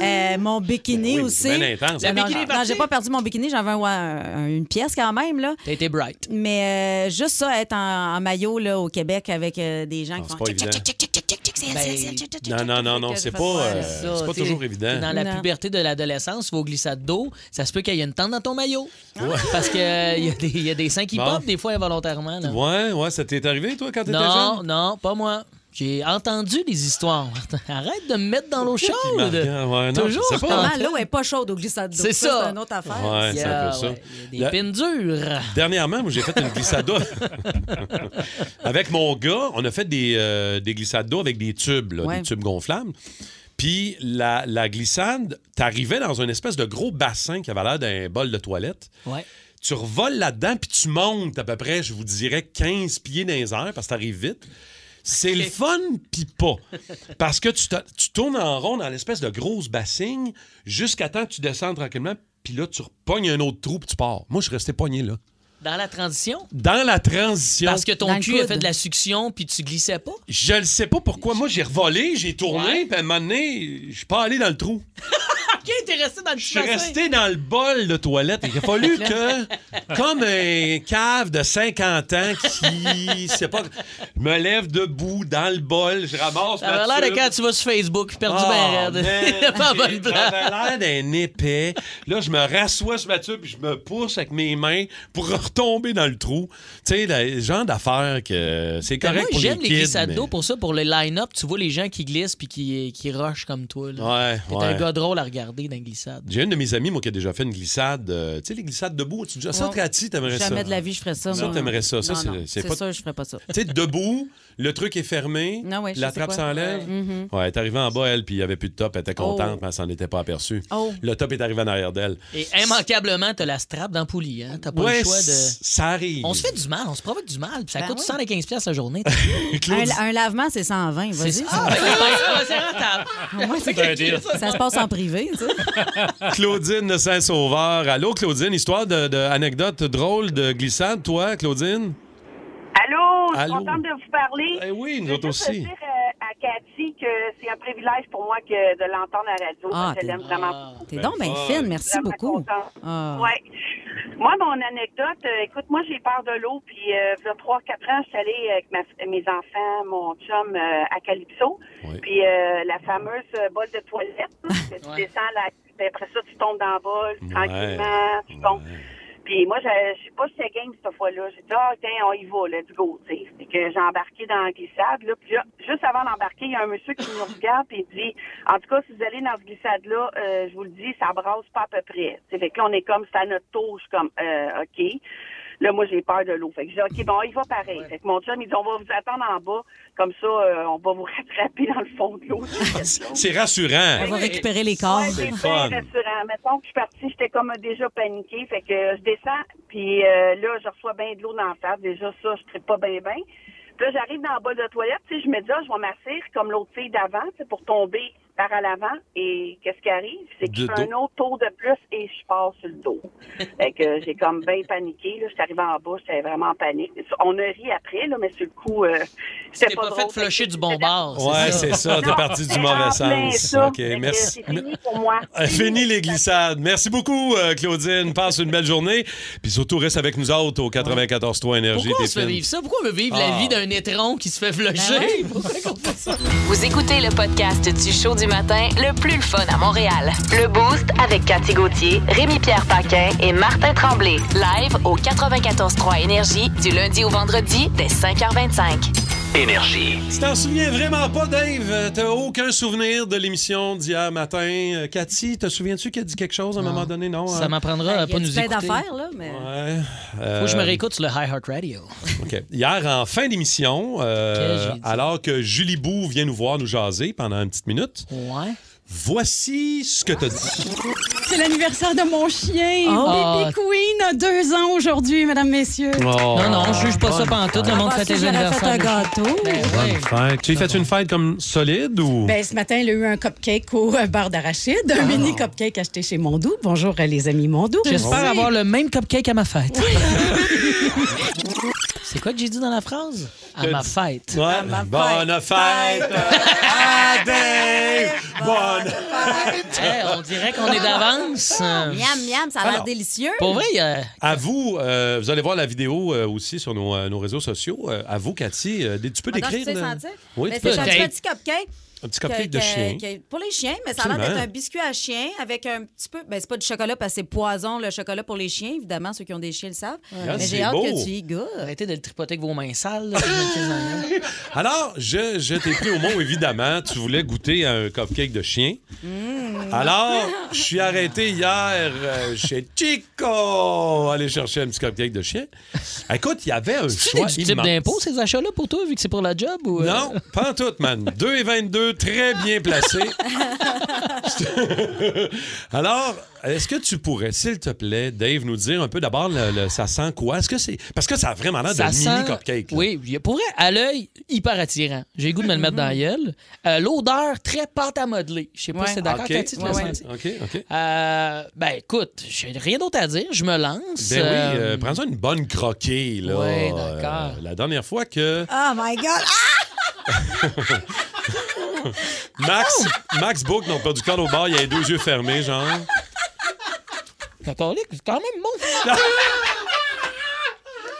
S6: Euh, mon bikini
S3: oui,
S6: aussi.
S3: ben intense.
S4: Le
S6: Non,
S4: bikini est
S6: non,
S4: parti?
S6: j'ai pas perdu mon bikini, j'avais un- ouais, un- une pièce quand même, là.
S4: T'as été bright.
S6: Mais euh, juste ça, être en, en maillot là, au Québec avec euh, des gens
S3: Non,
S6: qui
S3: c'est
S6: font
S3: pas évident. Non,
S4: Ben,
S6: Non,
S3: non, non, non, c'est pas, euh,
S4: C'est
S3: c'est
S4: ça,
S3: pas
S4: t'sais,
S3: toujours évident.
S4: Dans la
S6: Non.
S4: puberté de l'adolescence, vos glissades d'eau, ça se peut qu'il y ait une tente dans ton maillot. Parce qu'il y, a des- il y a des seins qui
S3: Bon.
S4: popent des fois involontairement. là.
S3: Ouais, ouais, ça t'est arrivé, toi, quand t'étais
S4: Non,
S3: jeune?
S4: non, pas moi. J'ai entendu des histoires. Arrête de me mettre dans l'eau chaude.
S3: Qui marquait, ouais, non, je
S4: Toujours.
S3: sais pas.
S4: quand-
S6: Comment l'eau est pas chaude au glissade d'eau?
S4: C'est ça.
S6: C'est une autre affaire.
S3: Ouais, c'est un peu ça.
S4: ouais, il y
S3: La-
S4: a des pines dures.
S3: Dernièrement, moi, j'ai fait une glissade d'eau. avec mon gars, on a fait des, euh, des glissades d'eau avec des tubes, là,
S6: Ouais.
S3: des tubes gonflables. Puis la, la glissade, t'arrivais dans une espèce de gros bassin qui avait l'air d'un bol de toilette.
S4: Ouais.
S3: Tu revoles là-dedans, puis tu montes à peu près, je vous dirais, 15 pieds dans les airs, parce que t'arrives vite. C'est le fun, puis pas. Parce que tu, te- tu tournes en rond dans l'espèce de grosse bassine jusqu'à temps que tu descends tranquillement, puis là, tu repognes un autre trou, puis tu pars. Moi, je suis resté pogné là.
S4: Dans la transition?
S3: Dans la transition,
S4: Parce que
S6: Dans
S4: ton
S6: le
S4: cul a
S6: coude.
S4: fait de la succion puis tu glissais pas.
S3: je ne sais pas pourquoi. Moi, j'ai revolé, j'ai
S4: Ouais.
S3: tourné, puis à un moment donné, je suis pas allé dans le trou.
S4: OK, t'es resté dans le
S3: Je suis resté dans le bol de toilette. Il
S4: *laughs*
S3: a fallu que, comme un cave de 50 ans qui sait pas, je me lève debout dans le bol, je ramasse
S4: Ça
S3: ma
S4: avait l'air de
S3: tube.
S4: quand tu vas sur Facebook, perdu
S3: Ah,
S4: ben
S3: man,
S4: raide. *laughs* pas en bonne
S3: j'ai-
S4: place.
S3: J'avais l'air d'un épais. Là, je me rassois sur ma tube puis je me pousse avec mes mains pour retomber dans le trou. Tu sais, le genre d'affaires que c'est
S4: Ben,
S3: correct
S4: moi,
S3: pour les
S4: j'aime
S3: kids.
S4: les glissades d'eau
S3: mais-
S4: pour ça, pour le line-up. Tu vois les gens qui glissent puis qui, qui rushent comme toi. Là.
S3: Ouais,
S4: T'es
S3: ouais.
S4: un gars drôle à regarder dans les glissades.
S3: J'ai une de mes amies, moi, qui a déjà fait une glissade. euh, tu sais, les glissades debout. Tu dis, ah, ça,
S6: Non.
S3: Cathy, t'aimerais ça.
S6: Jamais de la vie, je ferais ça.
S3: Ça,
S6: moi.
S3: t'aimerais ça. Ça,
S6: Non,
S3: c'est-
S6: non,
S3: c'est
S6: c'est
S3: pas-
S6: sûr, je ferais pas ça.
S3: *laughs* Tu sais, debout, le truc est fermé,
S6: Ah ouais, je
S3: la
S6: sais
S3: trappe
S6: quoi.
S3: s'enlève. Ouais. elle est arrivée en bas, elle, puis il n'y avait plus de top. Elle était contente,
S6: Oh.
S3: mais elle s'en était pas aperçue.
S6: Oh.
S3: Le top est arrivé en arrière d'elle.
S4: Et immanquablement, t'as la strap dans le poulie. Hein? T'as pas
S3: ouais,
S4: le choix
S3: c-
S4: de.
S3: ça arrive.
S4: On se fait du mal, on se provoque du mal. puis ça
S6: Ben
S4: coûte
S6: ouais.
S4: 115 pièces la journée.
S3: *laughs*
S6: Un,
S3: Claudie-
S6: un lavement, c'est 120.
S4: C'est
S6: Vas-y.
S4: ça. Ah, ben, ben, c'est rentable. *laughs*
S6: Moi, c'est-
S2: C'est un deal.
S6: Ça se passe en privé, tu sais.
S3: Claudine de Saint-Sauveur. Allô, Claudine, histoire de, de anecdote drôle de glissade, toi, Claudine?
S9: Allô, je suis
S3: Allô.
S9: contente de vous parler.
S3: Eh oui, nous
S9: Je
S3: autres
S9: veux juste
S3: aussi.
S9: dire euh, à Cathy que c'est un privilège pour moi que de l'entendre à la radio.
S6: Ah,
S9: parce que je
S6: t'es-
S9: l'aime vraiment beaucoup.
S6: T'es
S4: Ben
S6: donc bien fine, merci
S9: Vraiment
S6: beaucoup.
S9: contente.
S6: Ah.
S9: Ouais. Moi, mon anecdote, euh, écoute, moi, j'ai peur de l'eau, puis euh, il y a 3-4 ans, je suis allée avec ma- mes enfants, mon chum, euh, à Calypso,
S3: Ouais.
S9: puis euh, la fameuse euh, bolle de toilette, là, que tu
S4: Ouais.
S9: descends, là, puis après ça, tu tombes dans la bolle,
S3: Ouais.
S9: tranquillement, tu tombes. Puis moi, je je sais pas si c'est game cette fois-là. J'ai dit, ah, tiens, on y va, let's go, tu sais. Fait que j'ai embarqué dans la glissade, là. Puis là, juste avant d'embarquer, il y a un monsieur qui nous regarde, puis il dit, en tout cas, si vous allez dans ce glissade-là, euh, je vous le dis, ça brasse pas à peu près. Tu sais, fait que là, on est comme, c'est à notre tour, je suis comme, euh, OK. Là, moi, j'ai peur de l'eau. Fait que j'ai dit, OK, bon, on y va pareil. Fait que mon chum, il dit, on va vous attendre en bas. Comme ça, euh, on va vous *laughs* rattraper dans le fond de l'eau.
S3: C'est rassurant.
S6: On va récupérer les corps.
S9: Ouais, c'est
S3: le
S9: très
S3: fun.
S9: rassurant. Mettons que je suis partie, j'étais comme déjà paniquée. Fait que euh, je descends, puis euh, là, je reçois bien de l'eau dans la face. Déjà, ça, je ne pas bien, bien. Puis là, j'arrive dans le bas de la toilette, tu sais, je me dis, ah, je vais m'asseoir comme l'autre fille d'avant, tu sais, pour tomber par à l'avant. Et qu'est-ce qui arrive? C'est que
S3: De
S9: je fais un
S3: dos.
S9: autre tour de plus et je pars sur le dos. fait que euh, j'ai comme bien paniqué. Là, je suis arrivée en bas, j'étais vraiment en panique. On a ri après, là, mais sur le coup, euh,
S4: T'es
S9: c'était
S4: pas,
S9: pas,
S4: fait
S9: drôle.
S4: flusher du bon
S9: C'était-
S4: bord.
S3: Ouais,
S4: ça.
S3: c'est ça. Ah, T'es
S9: Non,
S3: parti du
S9: c'est
S3: mauvais
S9: en plein
S3: sens.
S9: ça.
S3: OK,
S9: Fait que
S3: merci.
S9: C'est fini pour moi.
S3: Euh, Fini les glissades. Merci beaucoup, euh, Claudine. Passe une belle journée. Puis surtout, reste avec nous autres au 94 3 Énergie.
S4: Pourquoi on
S3: t'es
S4: se fait
S3: fine.
S4: vivre ça? Pourquoi on veut vivre la
S3: Ah.
S4: vie d'un étron qui se fait
S6: Ben
S4: flusher?
S1: Vous écoutez le podcast du show du matin le plus le fun à Montréal. Le Boost avec Cathy Gauthier, Rémi-Pierre Paquin et Martin Tremblay. Live au 94.3 Énergie du lundi au vendredi dès 5h25.
S5: Énergie.
S3: Tu t'en souviens vraiment pas, Dave? Euh, T'as aucun souvenir de l'émission d'hier matin. Euh, Cathy, te souviens-tu qu'elle a dit quelque chose à un moment donné? Non?
S4: Ça
S3: hein?
S6: Ben, Il y
S4: m'apprendra
S6: a
S4: à Ah, pas nous
S6: plein
S4: écouter.
S6: d'affaires, là, mais...
S3: Ouais.
S4: Faut
S3: Euh,
S4: que je me réécoute sur le High Heart Radio.
S3: OK. Hier, en fin d'émission, euh,
S4: Que j'ai dit.
S3: alors que Julie Bou vient nous voir nous jaser pendant une petite minute,
S4: Ouais.
S3: voici ce que t'as dit.
S10: C'est l'anniversaire de mon chien.
S4: Oh.
S10: Baby Queen a deux ans aujourd'hui, mesdames, messieurs.
S4: Non, non, je juge pas ça pendant tout. Le monde
S6: Ah,
S4: fait
S6: si
S4: tes
S6: j'aurais fait un
S4: anniversaires.
S6: gâteau.
S4: Ben ouais.
S3: Tu as fait une fête comme solide ou.
S10: Ben, ce matin, il a eu un cupcake au euh, bar d'arachide, un
S4: ah.
S10: mini cupcake acheté chez Mondou. Bonjour, euh, les amis Mondou.
S4: J'espère avoir le même cupcake à ma fête. *laughs* C'est quoi que j'ai dit dans la phrase? À ma fête.
S3: Ouais. Bonne fête à Dave! Bonne Arrête!
S4: Hey, on dirait qu'on est d'avance.
S6: Miam, miam, ça a l'air
S3: Alors,
S6: délicieux.
S4: Pour vrai, euh,
S3: À vous, euh, vous allez voir la vidéo euh, aussi sur nos, euh, nos réseaux sociaux. Euh, à vous, Cathy, euh, des- tu peux
S6: Attends,
S3: décrire.
S6: Ah, tu sais
S3: le-
S6: sentir?
S3: Oui,
S6: Mais
S3: tu peux.
S6: C'est un
S4: Cupcake.
S6: petit cupcake.
S3: Un petit cupcake
S6: que-
S3: de
S6: que-
S3: chien.
S6: que- pour les chiens, mais ça a l'air
S3: Absolument.
S6: d'être un biscuit à chien avec un petit peu. Ben, c'est pas du chocolat parce que c'est poison, le chocolat pour les chiens, évidemment. Ceux qui ont des chiens le savent.
S3: Ah,
S6: mais
S3: c'est
S6: j'ai hâte
S3: beau.
S6: que tu y goûtes.
S4: arrêtez de le tripoter avec vos mains sales. là, c'est une crise d'angoisse.
S3: Alors, je, je t'ai pris au mot, évidemment. Tu voulais goûter à un cupcake de chien.
S6: Mmh.
S3: Alors,
S6: *laughs*
S3: je suis arrêté hier euh, chez Chico, aller chercher un petit cupcake de chien. Écoute, il y avait un
S4: C'est
S3: choix
S4: des types
S3: immense.
S4: d'impôts, ces achats-là, pour toi, vu que c'est pour la job? Ou, euh?
S3: Non, pas en tout, man. 2 et 22, très bien placé. Alors, est-ce que tu pourrais, s'il te plaît, Dave, nous dire un peu d'abord, le- le- ça sent quoi? Est-ce que c'est... Parce que ça a vraiment l'air de mini
S4: sent-
S3: cupcake. là.
S4: Oui, il y a- pour vrai, à l'œil, hyper attirant. J'ai le goût de me le mettre dans
S3: Mm-hmm.
S4: la gueule. Euh, L'odeur, très pâte à modeler. Je sais pas
S6: Ouais.
S4: si t'es
S3: OK.
S4: d'accord, Cathy, tu l'as
S6: Ouais, ouais.
S4: senti.
S3: OK, OK.
S4: Euh, ben écoute, j'ai rien d'autre à dire. Je me lance.
S3: Ben oui,
S4: Euh,
S3: euh, prends-en une bonne croquée, là.
S4: Ouais, d'accord.
S3: Euh, la dernière fois que
S6: Oh my God! *laughs* Ah!
S3: Max, Max Book, non pas du corps au bar, il a les deux yeux fermés, genre.
S4: Catholique, c'est quand même
S3: *laughs*
S4: bon.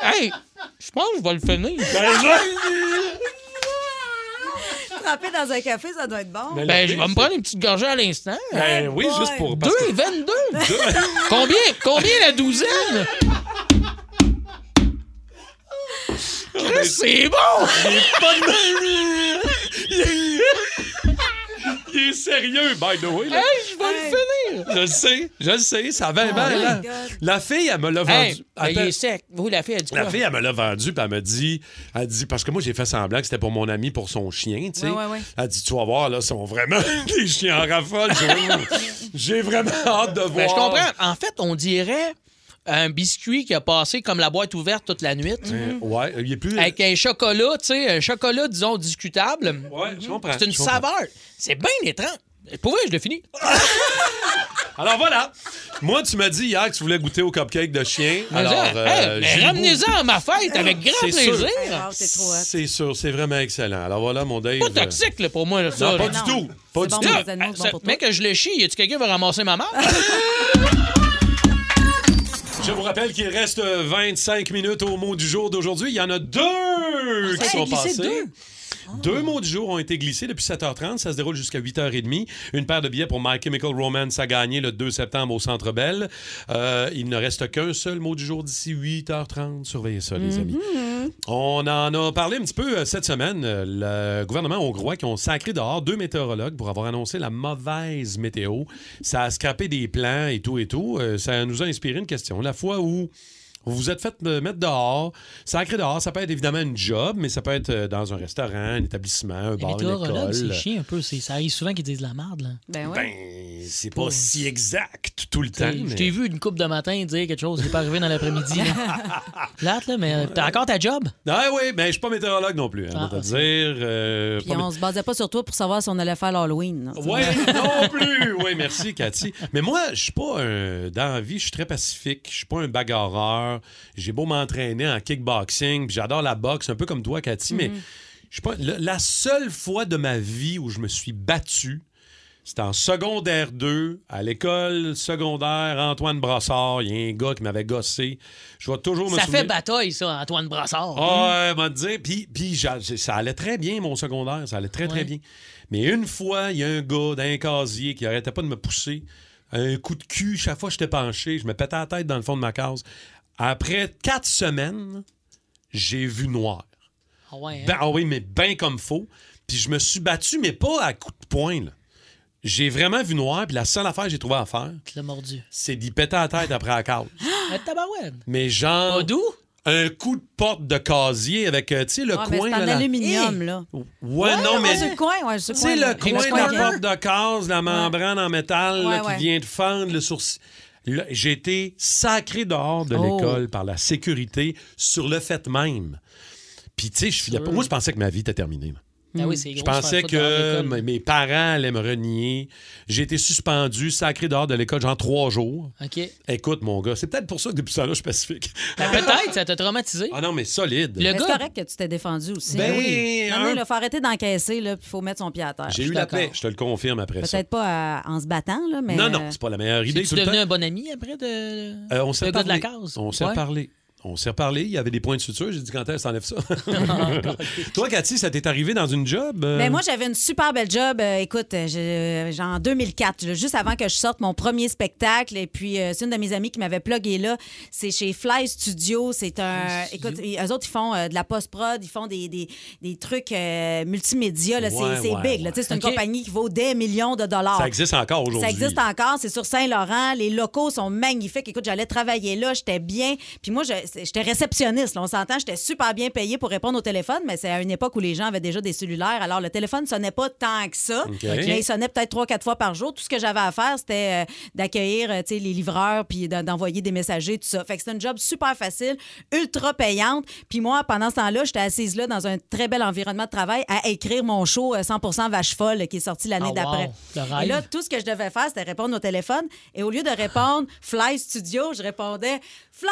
S4: hey, je pense que je vais le finir.
S3: Ben,
S6: Trempé dans un café, ça doit être bon.
S4: Ben, je vais me prendre une petite gorgée à l'instant.
S3: Ben oui,
S6: boy.
S3: juste pour...
S4: 2
S3: parce que-
S4: et
S3: *laughs*
S4: 22. combien, combien la douzaine? Chris, c'est bon!
S3: Il est sérieux, by the way, là.
S4: Hey, je vais
S6: Hey.
S4: le finir!
S3: Je le sais, je le sais, ça avait mal.
S6: Oh my
S3: hein.
S6: God.
S3: La fille, elle me l'a vendu.
S4: Ah Hey, ben, il
S3: Attends.
S4: est sec. Vous, la fille, elle dit quoi?
S3: La fille, elle me l'a vendu, puis elle me dit, elle dit, parce que moi, j'ai fait semblant que c'était pour mon ami, pour son chien, tu sais.
S6: Ouais, ouais, ouais.
S3: Elle dit, tu vas voir, là, sont vraiment *laughs* des chiens en raffole. J'ai- J'ai vraiment hâte de voir.
S4: Ben, je comprends. En fait, on dirait un biscuit qui a passé comme la boîte ouverte toute la nuit.
S3: Euh, ouais, il est plus.
S4: Avec un chocolat, tu sais, un chocolat, disons, discutable.
S3: Ouais, je comprends.
S4: C'est une
S3: je comprends.
S4: saveur. C'est bien étrange. Pour vrai, je le finis.
S3: Alors voilà. Moi, tu m'as dit hier que tu voulais goûter au cupcake de chien. Alors,
S4: Mais,
S3: euh,
S4: hey,
S3: j'y
S4: mais
S3: goûte.
S4: ramenez-en à ma fête avec grand
S3: C'est sûr.
S4: plaisir.
S6: Wow, c'est trop hot.
S3: C'est sûr, c'est vraiment excellent. Alors voilà, mon Dave.
S4: Pas toxique là, pour moi, là, ça.
S3: Non, pas
S4: là.
S3: du tout. Pas
S6: C'est
S3: du
S6: bon
S3: tout.
S6: pour les animaux, c'est bon
S4: Ça-
S6: pour toi.
S4: mec, que je le chie, y a-tu quelqu'un qui va ramasser ma mort?
S3: Je vous rappelle qu'il reste 25 minutes au mot du jour d'aujourd'hui. Il y en a deux qui
S4: s'est
S3: sont
S4: Ah, glissé
S3: passés.
S4: deux.
S3: Deux mots du jour ont été glissés depuis 7h30. Ça se déroule jusqu'à 8h30. Une paire de billets pour My Chemical Romance à gagner le 2 septembre au Centre Bell. Euh, il ne reste qu'un seul mot du jour d'ici 8h30. Surveillez ça,
S4: Mhm.
S3: les amis. On en a parlé un petit peu euh, cette semaine. Euh, Le gouvernement hongrois qui ont sacré dehors deux météorologues pour avoir annoncé la mauvaise météo. Ça a scrappé des plans et tout et tout. Euh, Ça nous a inspiré une question. La fois où vous vous êtes fait euh, mettre dehors, sacré dehors, ça peut être évidemment une job, mais ça peut être euh, dans un restaurant, un établissement, un bar, une école.
S4: chiant un peu. Ça arrive souvent qu'ils disent la merde. Là.
S6: Ben oui.
S3: Ben, c'est pas si exact tout le temps.
S4: Je
S3: mais-
S4: t'ai vu une coupe de matin dire quelque chose qui n'est pas arrivé dans l'après-midi.
S3: *laughs*
S4: là. Plate, là, mais t'as encore ta job?
S3: Ah oui, mais je suis pas météorologue non plus. hein,
S4: Ah,
S3: pour
S4: ok.
S3: te dire. euh,
S6: Puis
S3: pas mé-
S6: on se basait pas sur toi pour savoir si on allait faire l'Halloween.
S4: hein,
S6: là, tu
S3: Oui, non plus. Oui, merci, Cathy. Mais moi, je suis pas un. Dans la vie, je suis très pacifique. Je suis pas un bagarreur. J'ai beau m'entraîner en kickboxing. puis J'adore la boxe, un peu comme toi, Cathy. Mais
S4: Mm-hmm.
S3: je suis pas. le- la seule fois de ma vie où je me suis battu, c'était en secondaire 2, à l'école secondaire Antoine Brassard. Il y a un gars qui m'avait gossé. Je vais toujours me
S4: Ça
S3: souvenir.
S4: fait bataille, ça, Antoine Brassard.
S3: Ah, ouais, m'a dit. Puis, puis j'a- ça allait très bien, mon secondaire. Ça allait très, très
S4: Ouais.
S3: bien. Mais une fois, il y a un gars d'un casier qui arrêtait pas de me pousser. Un coup de cul. Chaque fois que j'étais penché, je me pétais la tête dans le fond de ma case. Après quatre semaines, j'ai vu noir.
S4: Ah ouais, hein?
S3: Ben, ah oui, mais bien comme faux. Puis je me suis battu, mais pas à coups de poing. là. J'ai vraiment vu noir. Puis la seule affaire que j'ai trouvé à faire,
S4: Tu l'as hein, mordu.
S3: c'est d'y péter la tête après la case.
S4: Mais tabarouette.
S3: Mais genre...
S4: Pas doux?
S3: un coup de porte de casier avec, euh, tu sais, le
S6: vois. Ah, mais
S3: coin.
S6: c'est
S3: là,
S6: en
S3: la-
S6: aluminium, là.
S3: Ouais, non, mais.
S6: Ah, sur le coin, ouais, sur
S3: Tu sais, le
S6: là.
S3: coin de
S6: coin,
S3: la
S6: là.
S3: porte de case, la membrane en métal là,
S6: Ouais, ouais.
S3: qui vient de fendre le sourcil. Là, J'ai été sacré dehors de
S4: Oh.
S3: l'école par la sécurité sur le fait même. Puis, tu sais, je filais pas- moi, je pensais que ma vie était terminée. moi.
S4: Ah
S6: Hmm.
S4: oui, c'est
S3: Je
S4: gros. se
S3: pensais
S4: faire foutre dehors de
S3: que
S4: l'école.
S3: m- mes parents allaient me renier. J'ai été suspendu, sacré dehors de l'école, genre trois jours.
S4: OK.
S3: Écoute, mon gars, c'est peut-être pour ça que depuis ça, là, je suis pacifique.
S4: Ben, peut-être, ça t'a traumatisé.
S3: Ah non, mais solide.
S6: Mais C'est correct que tu t'es défendu aussi.
S3: Ben
S6: là.
S3: oui,
S6: Non,
S3: hein.
S6: mais il faut arrêter d'encaisser, là, puis il faut mettre son pied à terre.
S3: J'ai
S6: Je
S3: eu
S6: suis
S3: la
S6: d'accord.
S3: paix, je te le confirme après ça.
S6: Peut-être pas à- en se battant, là, mais. euh,
S3: Non, non, c'est pas la meilleure idée.
S4: Tu
S3: tout
S4: es
S3: le
S4: devenu
S3: temps.
S4: un bon ami après de. *laughs*
S3: Euh, on s'est
S4: le gars de la
S3: reparlé.
S4: case.
S3: On s'est
S4: Ouais.
S3: reparlé. On s'est reparlé, il y avait des points de suture. J'ai dit, quand est-ce
S4: *laughs*
S3: que t'enlèves ça?
S4: Ah,
S3: *laughs* Toi, Cathy, ça t'est arrivé dans une job? euh?
S6: Mais Ben, moi, j'avais une super belle job. Euh, écoute, euh, j'ai- j'ai- en 2004, là, juste avant que je sorte mon premier spectacle. Et puis, euh, c'est une de mes amies qui m'avait plugué là. C'est chez Fly Studio. C'est un. Écoute, et- eux autres, ils font euh, de la post-prod, ils font des, des, des trucs euh, multimédia. là. C'est
S3: Ouais,
S6: c'est
S3: ouais,
S6: big. là. Tu sais, C'est une
S4: OK.
S6: compagnie qui vaut des millions de dollars.
S3: Ça existe encore aujourd'hui.
S6: Ça existe encore, c'est sur Saint-Laurent. Les locaux sont magnifiques. Écoute, j'allais travailler là, j'étais bien. Puis moi, je- c'est- j'étais réceptionniste, là, on s'entend, j'étais super bien payée pour répondre au téléphone, mais c'est à une époque où les gens avaient déjà des cellulaires. Alors, le téléphone sonnait pas tant que ça,
S3: OK.
S6: mais il sonnait peut-être trois, quatre fois par jour. Tout ce que j'avais à faire, c'était euh, d'accueillir euh, tu sais, les livreurs, puis d'en- d'envoyer des messagers, tout ça. Fait que c'était une job super facile, ultra payante. Puis moi, pendant ce temps-là, j'étais assise là dans un très bel environnement de travail à écrire mon show euh, 100% Vache Folle qui est sorti l'année
S4: Ah, wow.
S6: d'après.
S4: Le
S6: Et là,
S4: rêve.
S6: tout ce que je devais faire, c'était répondre au téléphone. Et au lieu de répondre Fly Studio, je répondais Fly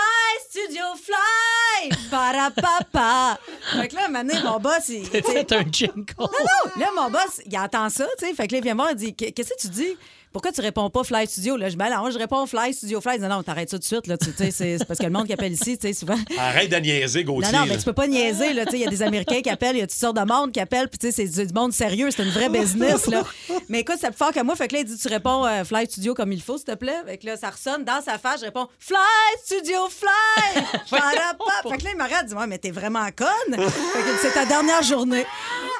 S6: Studio, Fly! Parapapa! fait que là, à un moment donné, mon boss, il.
S4: T'as fait un jingle.
S6: Non, non! Là, mon boss, il entend ça, tu sais. Fait que là, il vient me voir, il dit Qu'est-ce que tu dis? Pourquoi tu réponds pas Fly Studio? Là, je dis, ben non, je réponds Fly Studio, Fly. Il dit, non, t'arrêtes ça tout de suite, là. Tu sais, c'est c'est parce que le monde qui appelle ici, tu sais, souvent.
S3: Arrête de niaiser, Gauthier.
S6: Non, non, mais
S3: là.
S6: tu peux pas niaiser. là. Tu sais, Il y a des Américains qui appellent, il y a toutes sortes de monde qui appellent, puis tu sais, c'est du- du monde sérieux, c'est une vraie business. Là. Mais écoute, c'est plus fort que moi. Fait que là, il dit Tu réponds euh, Fly Studio comme il faut, s'il te plaît. Fait que là, ça ressonne dans sa face, je réponds Fly Studio,
S3: *laughs*
S6: Fly Parapap. Fait que là, il m'arrête, il dit Ouais, mais t'es vraiment conne. Fait que c'est ta
S3: *laughs*
S6: dernière journée.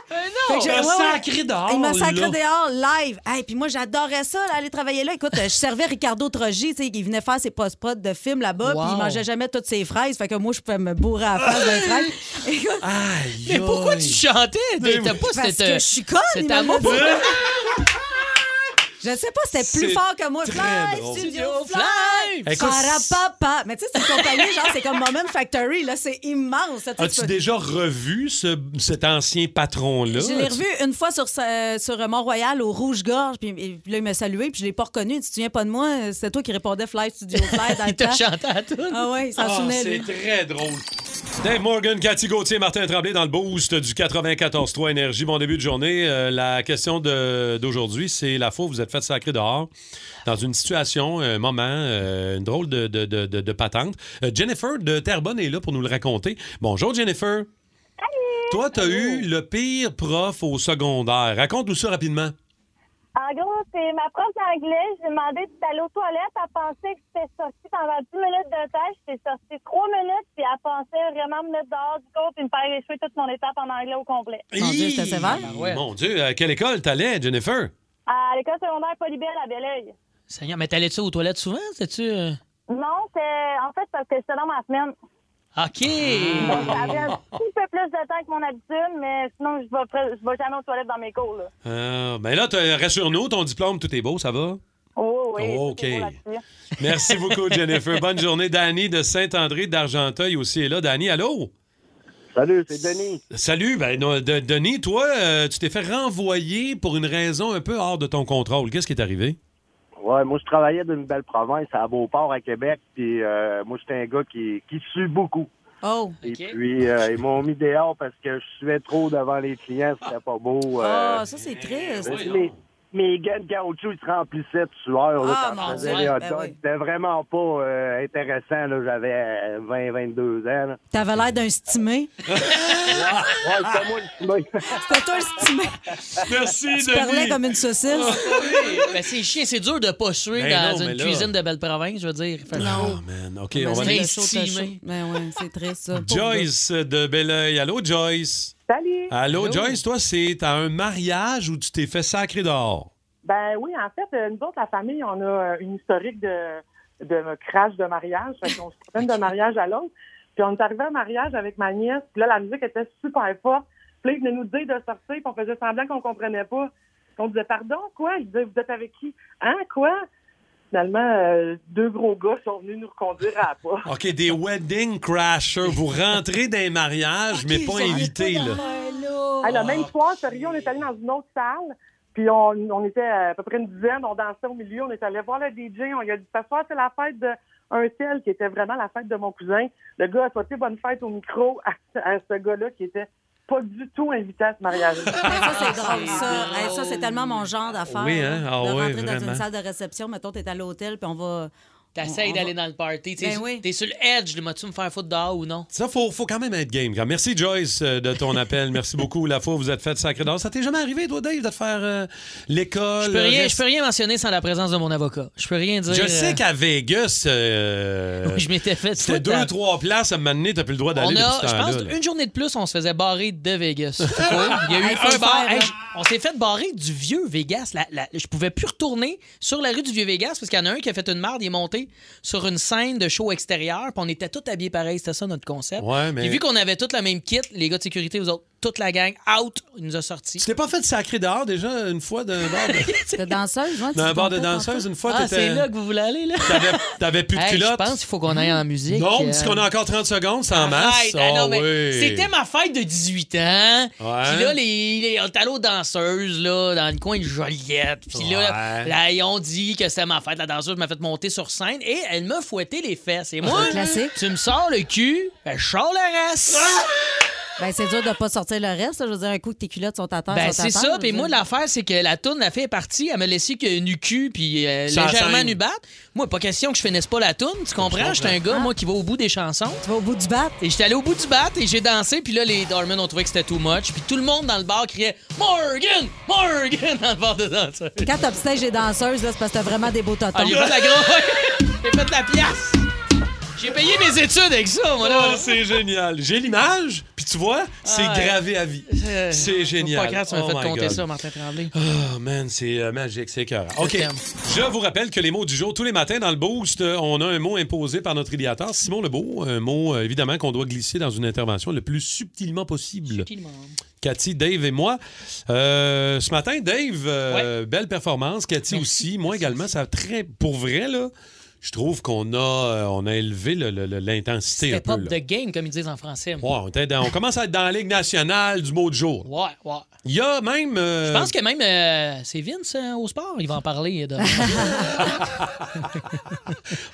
S6: Fait que j'ai-
S3: Il m'a
S6: ouais, ouais.
S3: sacré dehors,
S6: Il m'a sacré
S3: là.
S6: dehors live. Hey, puis moi, j'adorais ça, là, aller travailler là. Écoute, je servais Ricardo Trogi, tu sais, il venait faire ses post-prod de films là-bas, puis
S4: Wow.
S6: il mangeait jamais toutes ses fraises. Fait que moi, je pouvais me bourrer à la face d'un fraise. Écoute,
S3: Aïe,
S4: Mais pourquoi tu chantais? T'as pas
S6: parce
S4: cette.
S6: que je suis conne,
S4: cet
S6: il m'a
S4: amour
S6: dit. Je sais pas, c'était
S3: C'est
S6: plus fort que moi.
S3: très
S6: Fly,
S3: drôle.
S6: studio, fly!
S4: Fly!
S3: Écoute,
S6: Parapapa. Mais tu sais, c'est une compagnie, genre, c'est comme Moment Factory, là, c'est immense. ça, tu sais, tu
S3: As-tu
S6: peux-
S3: déjà revu ce- cet ancien patron-là?
S6: Je l'ai revu une fois sur, sa- sur Mont-Royal au Rouge-Gorge, puis puis là, il m'a salué, puis je l'ai pas reconnu. Il dit, Tu te souviens pas de moi? C'est toi qui répondais Fly Studio
S3: *laughs*
S6: Fly dans
S4: *laughs*
S6: le
S4: Il t'a
S6: temps.
S4: chanté à tout.
S6: Ah ouais, il s'en
S3: Ah,
S6: souvenait,
S3: c'est
S6: lui.
S3: très drôle. Dave Morgan, Cathy Gauthier, Martin Tremblay dans le boost du 94-3 Énergie. Bon début de journée. Euh, la question de- d'aujourd'hui, c'est la fois où vous êtes fait sacrer dehors dans une situation, un moment, euh, une drôle de, de- de- de- de patente. Euh, Jennifer de Terrebonne est là pour nous le raconter. Bonjour, Jennifer. Toi, tu as eu le pire prof au secondaire. Raconte-nous ça rapidement.
S11: En gros, c'est ma prof d'anglais. J'ai demandé si t'allais aux toilettes. Elle pensait que j'étais sortie pendant 10 minutes de tâche. J'étais sortie 3 minutes, puis elle pensait vraiment me mettre dehors du cours puis me faire échouer toute mon étape en anglais au complet.
S6: Mon Dieu, c'était
S3: Hi!
S6: sévère.
S4: ouais.
S3: Mon Dieu, à quelle école t'allais, Jennifer?
S11: À l'école secondaire Polybelle à Belleuil.
S4: Seigneur, mais t'allais-tu aux toilettes souvent? C'était-tu. euh,
S11: Non, c'est en fait parce que j'étais dans ma semaine.
S4: OK.
S11: Donc,
S6: Ah.
S3: *laughs*
S11: J'avais un petit peu plus de temps que mon habitude, mais sinon, je vais, pres- je vais jamais aux toilettes dans mes cours. Là.
S3: Ah, ben là, t'as- rassure-nous, ton diplôme, tout est beau, ça va?
S11: Oh, oui,
S3: Oh,
S11: c'est beau
S3: OK.
S11: là-dessus.
S3: Merci beaucoup, Jennifer. Bonne journée. Danny de Saint-André d'Argenteuil aussi est là. Danny, allô?
S12: Salut, c'est Denis.
S3: Salut. Ben, non, de- Denis, toi, euh, tu t'es fait renvoyer pour une raison un peu hors de ton contrôle. Qu'est-ce qui est arrivé?
S12: Ouais, moi, je travaillais d'une belle province à Beauport, à Québec, puis euh, moi, j'étais un gars qui, qui sue beaucoup.
S6: Oh,
S12: Et puis, euh, ils m'ont mis dehors parce que je suais trop devant les clients, c'était pas beau. euh,
S6: oh, ça, c'est triste.
S12: mais mes, mes gants de caoutchouc, ils se remplissaient de sueur là,
S6: Ah,
S12: quand
S6: mon
S12: je faisais
S6: Dieu,
S12: les hot
S6: ben
S12: dogs.
S6: oui.
S12: C'était vraiment pas euh, intéressant, là, j'avais 20-22 ans. là.
S6: T'avais l'air d'un stimé.
S12: Ouais, c'était moi le petit mec.
S6: C'était toi, le stimé.
S3: Merci,
S6: Tu parlais comme une saucisse.
S4: Mais Ben, c'est chiant, c'est dur de pas suer
S3: Ben
S4: dans
S3: non, mais
S4: une
S3: là-
S4: cuisine de belle province, je veux dire. Fait-
S3: Oh, man. OK, on va
S6: Imagine
S3: aller.
S6: le show, t'as
S4: stimé.
S6: chaud. Mais ouais, c'est triste, ça. Pauvre gars.
S3: Joyce de Belleuil. Allô, Joyce?
S13: Salut.
S3: Allô, Joyce, toi, c'est à un mariage où tu t'es fait sacrer dehors.
S13: Ben oui, en fait, euh, nous autres, la famille, on a euh, une historique de, de crash de mariage. Fait qu'on se promène d'un mariage à l'autre. Puis on est arrivé à un mariage avec ma nièce. Puis là, la musique était super forte. Puis là, ils venaient nous dire de sortir. Puis on faisait semblant qu'on comprenait pas. Puis on disait, pardon, quoi? Ils disaient, vous êtes avec qui? Hein, quoi? Finalement, euh, deux gros gars sont venus nous reconduire à la porte.
S3: OK, des wedding crashers. Vous rentrez dans les
S6: *laughs*
S3: mariages, mais pas invités, là.
S13: Ah, le même soir, sérieux, on est allé dans une autre salle. Puis on, on était à peu près une dizaine, on dansait au milieu, on est allé voir le DJ, on lui a dit ce soir, c'est la fête de un tel qui était vraiment la fête de mon cousin. Le gars a sauté bonne fête au micro à, à ce gars-là qui était pas du tout invité à ce mariage.
S6: *laughs* Ça, c'est drôle, ça. Hey, ça, c'est tellement mon genre d'affaire.
S3: Oui, hein? Ah
S6: de
S3: oui,
S6: rentrer dans
S3: vraiment.
S6: une salle de réception, mettons, t'es à l'hôtel, puis
S3: *laughs*
S6: on va.
S4: T'essayes
S6: on- on va-
S4: d'aller dans le party. T'es
S6: Ben oui.
S4: t'es sur le edge, là, m'as-tu me faire foutre dehors ou non?
S3: Ça, faut, faut quand même être game. quand- Merci, Joyce, euh, de ton appel. Merci beaucoup. La fois, où vous êtes fait sacré d'or. Ça t'est jamais arrivé, toi, Dave, de te faire euh, l'école?
S4: Je peux, rien,
S3: reste-
S4: je peux rien mentionner sans la présence de mon avocat. Je peux rien dire.
S3: Je
S4: euh,
S3: sais qu'à Vegas, euh,
S4: je m'étais fait
S3: c'était
S4: foutre
S3: deux,
S4: à-
S3: trois places à un moment donné, t'as plus le droit
S4: On
S3: d'aller
S4: a,
S3: depuis ce
S4: je pense,
S3: temps-là, là.
S4: une journée de plus, on se faisait barrer de
S3: *laughs*
S4: Vegas. Tout court. Il y a eu
S3: Hey, faut
S4: un
S3: le
S4: bar.
S3: faire,
S4: Hey,
S3: hein.
S4: je- on s'est fait barrer du vieux Vegas. La- la- je pouvais plus retourner sur la rue du vieux Vegas parce qu'il y en a un qui a fait une merde. Il est monté sur une scène de show extérieur. Puis on était tous habillés pareil. C'était ça notre concept.
S3: Ouais, mais-
S4: Et vu qu'on avait tous la même kit, les gars de sécurité, vous autres, toute la gang, out, ils nous a sortis.
S3: Tu t'es pas fait sacré dehors déjà une fois d'un
S4: *laughs*
S3: bar de,
S6: T'es danseuse, moi? tu
S3: d'un
S6: te
S3: bar de
S6: trompes pas,
S3: danseuse? Une fois,
S4: Ah,
S3: t'étais-
S4: c'est là que vous voulez aller, là?
S3: t'avais, t'avais plus de
S4: Hey,
S3: culotte.
S4: Je pense qu'il faut qu'on aille en musique.
S3: Non,
S4: euh.
S3: parce qu'on a encore 30 secondes, c'est en masse.
S4: Arrête, ah non,
S3: Oh,
S4: mais
S3: oui.
S4: C'était ma fête de 18 ans. Puis là, les, les, on est allé aux danseuses, là, dans le coin de Joliette. Puis là,
S3: Ouais.
S4: là, ils ont dit que c'était ma fête. La danseuse m'a fait monter sur scène et elle m'a fouetté les fesses. Et moi, tu me sors le cul, ben, je sors le reste.
S6: Ben, c'est dur de pas sortir le reste. là. Je veux dire, un coup que tes culottes sont à terre.
S4: Ben,
S6: sont à
S4: c'est
S6: terre,
S4: ça.
S6: je
S4: Puis
S6: veux
S4: moi,
S6: dire.
S4: l'affaire, c'est que la tourne, la fille est partie. Elle me laissé que nu cul, puis euh,
S6: Sans
S4: légèrement
S6: scène.
S4: nu batte. Moi, pas question que je finisse pas la tourne. Tu comprends? J'étais un gars, moi, qui va au bout des chansons.
S6: Tu vas au bout du bat?
S4: Et j'étais allé au bout du bat et j'ai dansé. Puis là, les Dorman ont trouvé que c'était too much. Puis tout le monde dans le bar criait Morgan! Morgan! *laughs* dans le bar de danseuse.
S6: Quand t'obstèges les danseuses, là, c'est parce que t'as vraiment des beaux totons.
S4: Ah, j'ai fait de la grosse. *laughs* j'ai fait de la pièce. J'ai payé mes études avec ça, moi, là.
S3: Oh, c'est génial. J'ai l'image, puis tu vois, c'est
S4: Ah, ouais.
S3: gravé à vie.
S4: Euh,
S3: C'est génial.
S4: Pas grave, tu m'as
S3: Oh
S4: fait
S3: my
S4: compter
S3: God.
S4: ça, Martin Tremblay.
S3: Oh man, c'est euh, magique, c'est écœurant.
S4: Je
S3: OK.
S4: t'aime.
S3: Je vous rappelle que les mots du jour, tous les matins dans le boost, euh, on a un mot imposé par notre idéateur, Simon Lebeau. Un mot, euh, évidemment, qu'on doit glisser dans une intervention le plus subtilement possible. Cathy, Dave et moi. Euh, ce matin, Dave, euh, belle performance. Cathy aussi. Moi également, ça a très. Pour vrai, là, je trouve qu'on a, euh, on a élevé le- le- le- l'intensité un
S4: C'était
S3: peu.
S4: pop de
S3: là.
S4: game, comme ils disent en français.
S3: Ouais, on, était dans- on commence à être dans la Ligue nationale du mot du jour.
S4: Ouais, ouais.
S3: Il y a même. euh,
S4: Je pense que même euh, c'est Vince euh, au sport, il va en parler. euh,
S3: *laughs*
S4: de-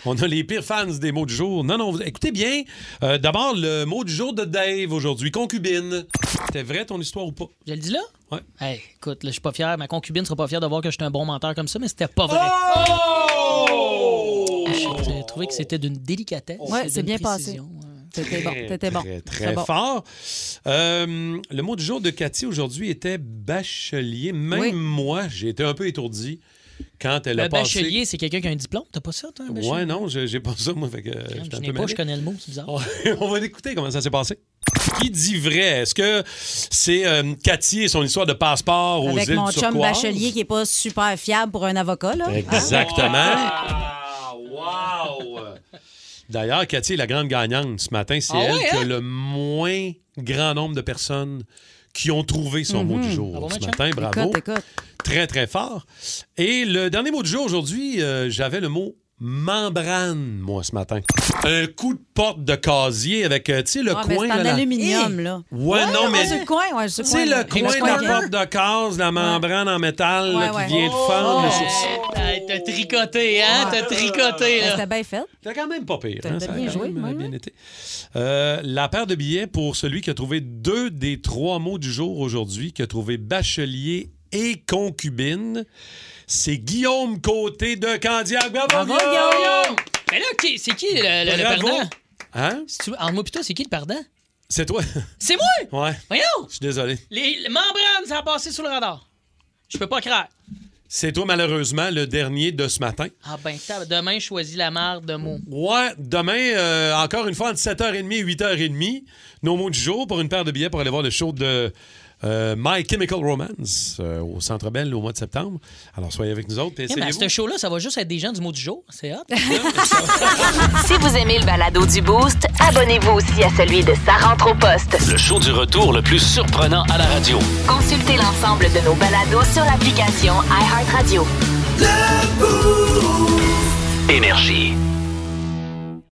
S3: On a les pires fans des mots du jour. Non, non, vous- écoutez bien. Euh, D'abord, le mot du jour de Dave aujourd'hui, concubine. C'était vrai ton histoire ou pas?
S4: Je le dis là?
S3: Ouais.
S4: Hey, écoute, là, je suis pas fier. Ma concubine sera pas fière de voir que j'étais un bon menteur comme ça, mais c'était pas vrai. Ah, J'ai j'ai trouvé que c'était d'une délicatesse.
S6: Ouais, c'est
S4: d'une
S6: bien passé.
S4: précision.
S6: T'étais bon.
S3: Très,
S6: T'étais bon.
S3: Très, très
S6: bon.
S3: fort. Euh, le mot du jour de Cathy aujourd'hui était bachelier. Même
S6: Oui.
S3: moi, j'ai été un peu étourdi quand elle
S4: Le
S3: a passé.
S4: bachelier, c'est quelqu'un qui a un diplôme. T'as pas ça, toi, un bachelier?
S3: Ouais, non, je- j'ai pas ça, moi. Fait que, euh,
S4: Je
S3: j'étais un
S4: n'ai
S3: peu
S4: pas,
S3: mêlé.
S4: je connais le mot, c'est bizarre.
S3: On *laughs* va l'écouter comment ça s'est passé. Qui dit vrai? Est-ce que c'est euh, Cathy et son histoire de passeport aux
S6: Avec
S3: îles
S6: mon chum
S3: Turquoise?
S6: bachelier qui est pas super fiable pour un avocat, là. Ah,
S3: Exactement. D'ailleurs, Cathy est la grande gagnante ce matin. C'est
S6: Ah
S3: elle
S6: ouais,
S3: qui a
S6: hein?
S3: le moins grand nombre de personnes qui ont trouvé son mot du jour
S6: Bravo,
S3: ce
S6: mon Ah chum.
S3: matin. Bravo.
S6: Écoute, écoute.
S3: Très, très fort. Et le dernier mot du jour aujourd'hui, euh, j'avais le mot membrane, moi, ce matin. Un coup de porte de casier avec, euh, tu sais, le
S6: Ah, mais
S3: coin.
S6: C'est en
S3: là, la-
S6: aluminium, là.
S3: Ouais, non, mais.
S6: C'est le coin, ouais,
S3: Tu sais, le coin de la porte de case, la membrane en métal là,
S6: Ouais, Oh, ouais.
S3: qui vient de fendre. là, sur-
S4: T'as Ah, t'as tricoté, hein? T'as tricoté, là.
S6: Ben, C'était bien fait.
S3: T'as quand même pas pire.
S6: T'as-
S3: hein,
S6: t'as
S3: ça a
S6: bien
S3: quand
S6: joué,
S3: même,
S6: ouais,
S3: euh, bien été. Euh, la paire de billets pour celui qui a trouvé deux des trois mots du jour aujourd'hui, qui a trouvé bachelier et concubine, c'est Guillaume Côté de Candiac. Bravo,
S4: Bravo, Guillaume! Mais là, qui- c'est qui le, le- le
S3: Bravo.
S4: perdant?
S3: Hein?
S4: Si tu veux- En moi, plutôt, c'est qui le perdant?
S3: C'est toi? *laughs*
S4: C'est moi!
S3: ouais.
S4: Voyons!
S3: Je suis désolé.
S4: Les, les membranes, ça a passé sous le radar. Je peux pas craindre.
S3: C'est toi, malheureusement, le dernier de ce matin.
S4: Ah ben, tab- demain, je choisis la mare de mots.
S3: Ouais, demain, euh, encore une fois, entre 7h30 et 8h30, nos mots du jour pour une paire de billets pour aller voir le show de euh, My Chemical Romance euh, au Centre Bell au mois de septembre. Alors, soyez avec nous autres. et
S4: Eh ben,
S3: essayez-vous.
S4: ce show-là, ça va juste être des gens du mot du jour. C'est hot.
S1: Si vous aimez le balado du Boost, abonnez-vous aussi à celui de Sa rentre au poste.
S5: Le show du retour le plus surprenant à la radio.
S1: Consultez l'ensemble de nos balados sur l'application iHeartRadio.
S2: Énergie.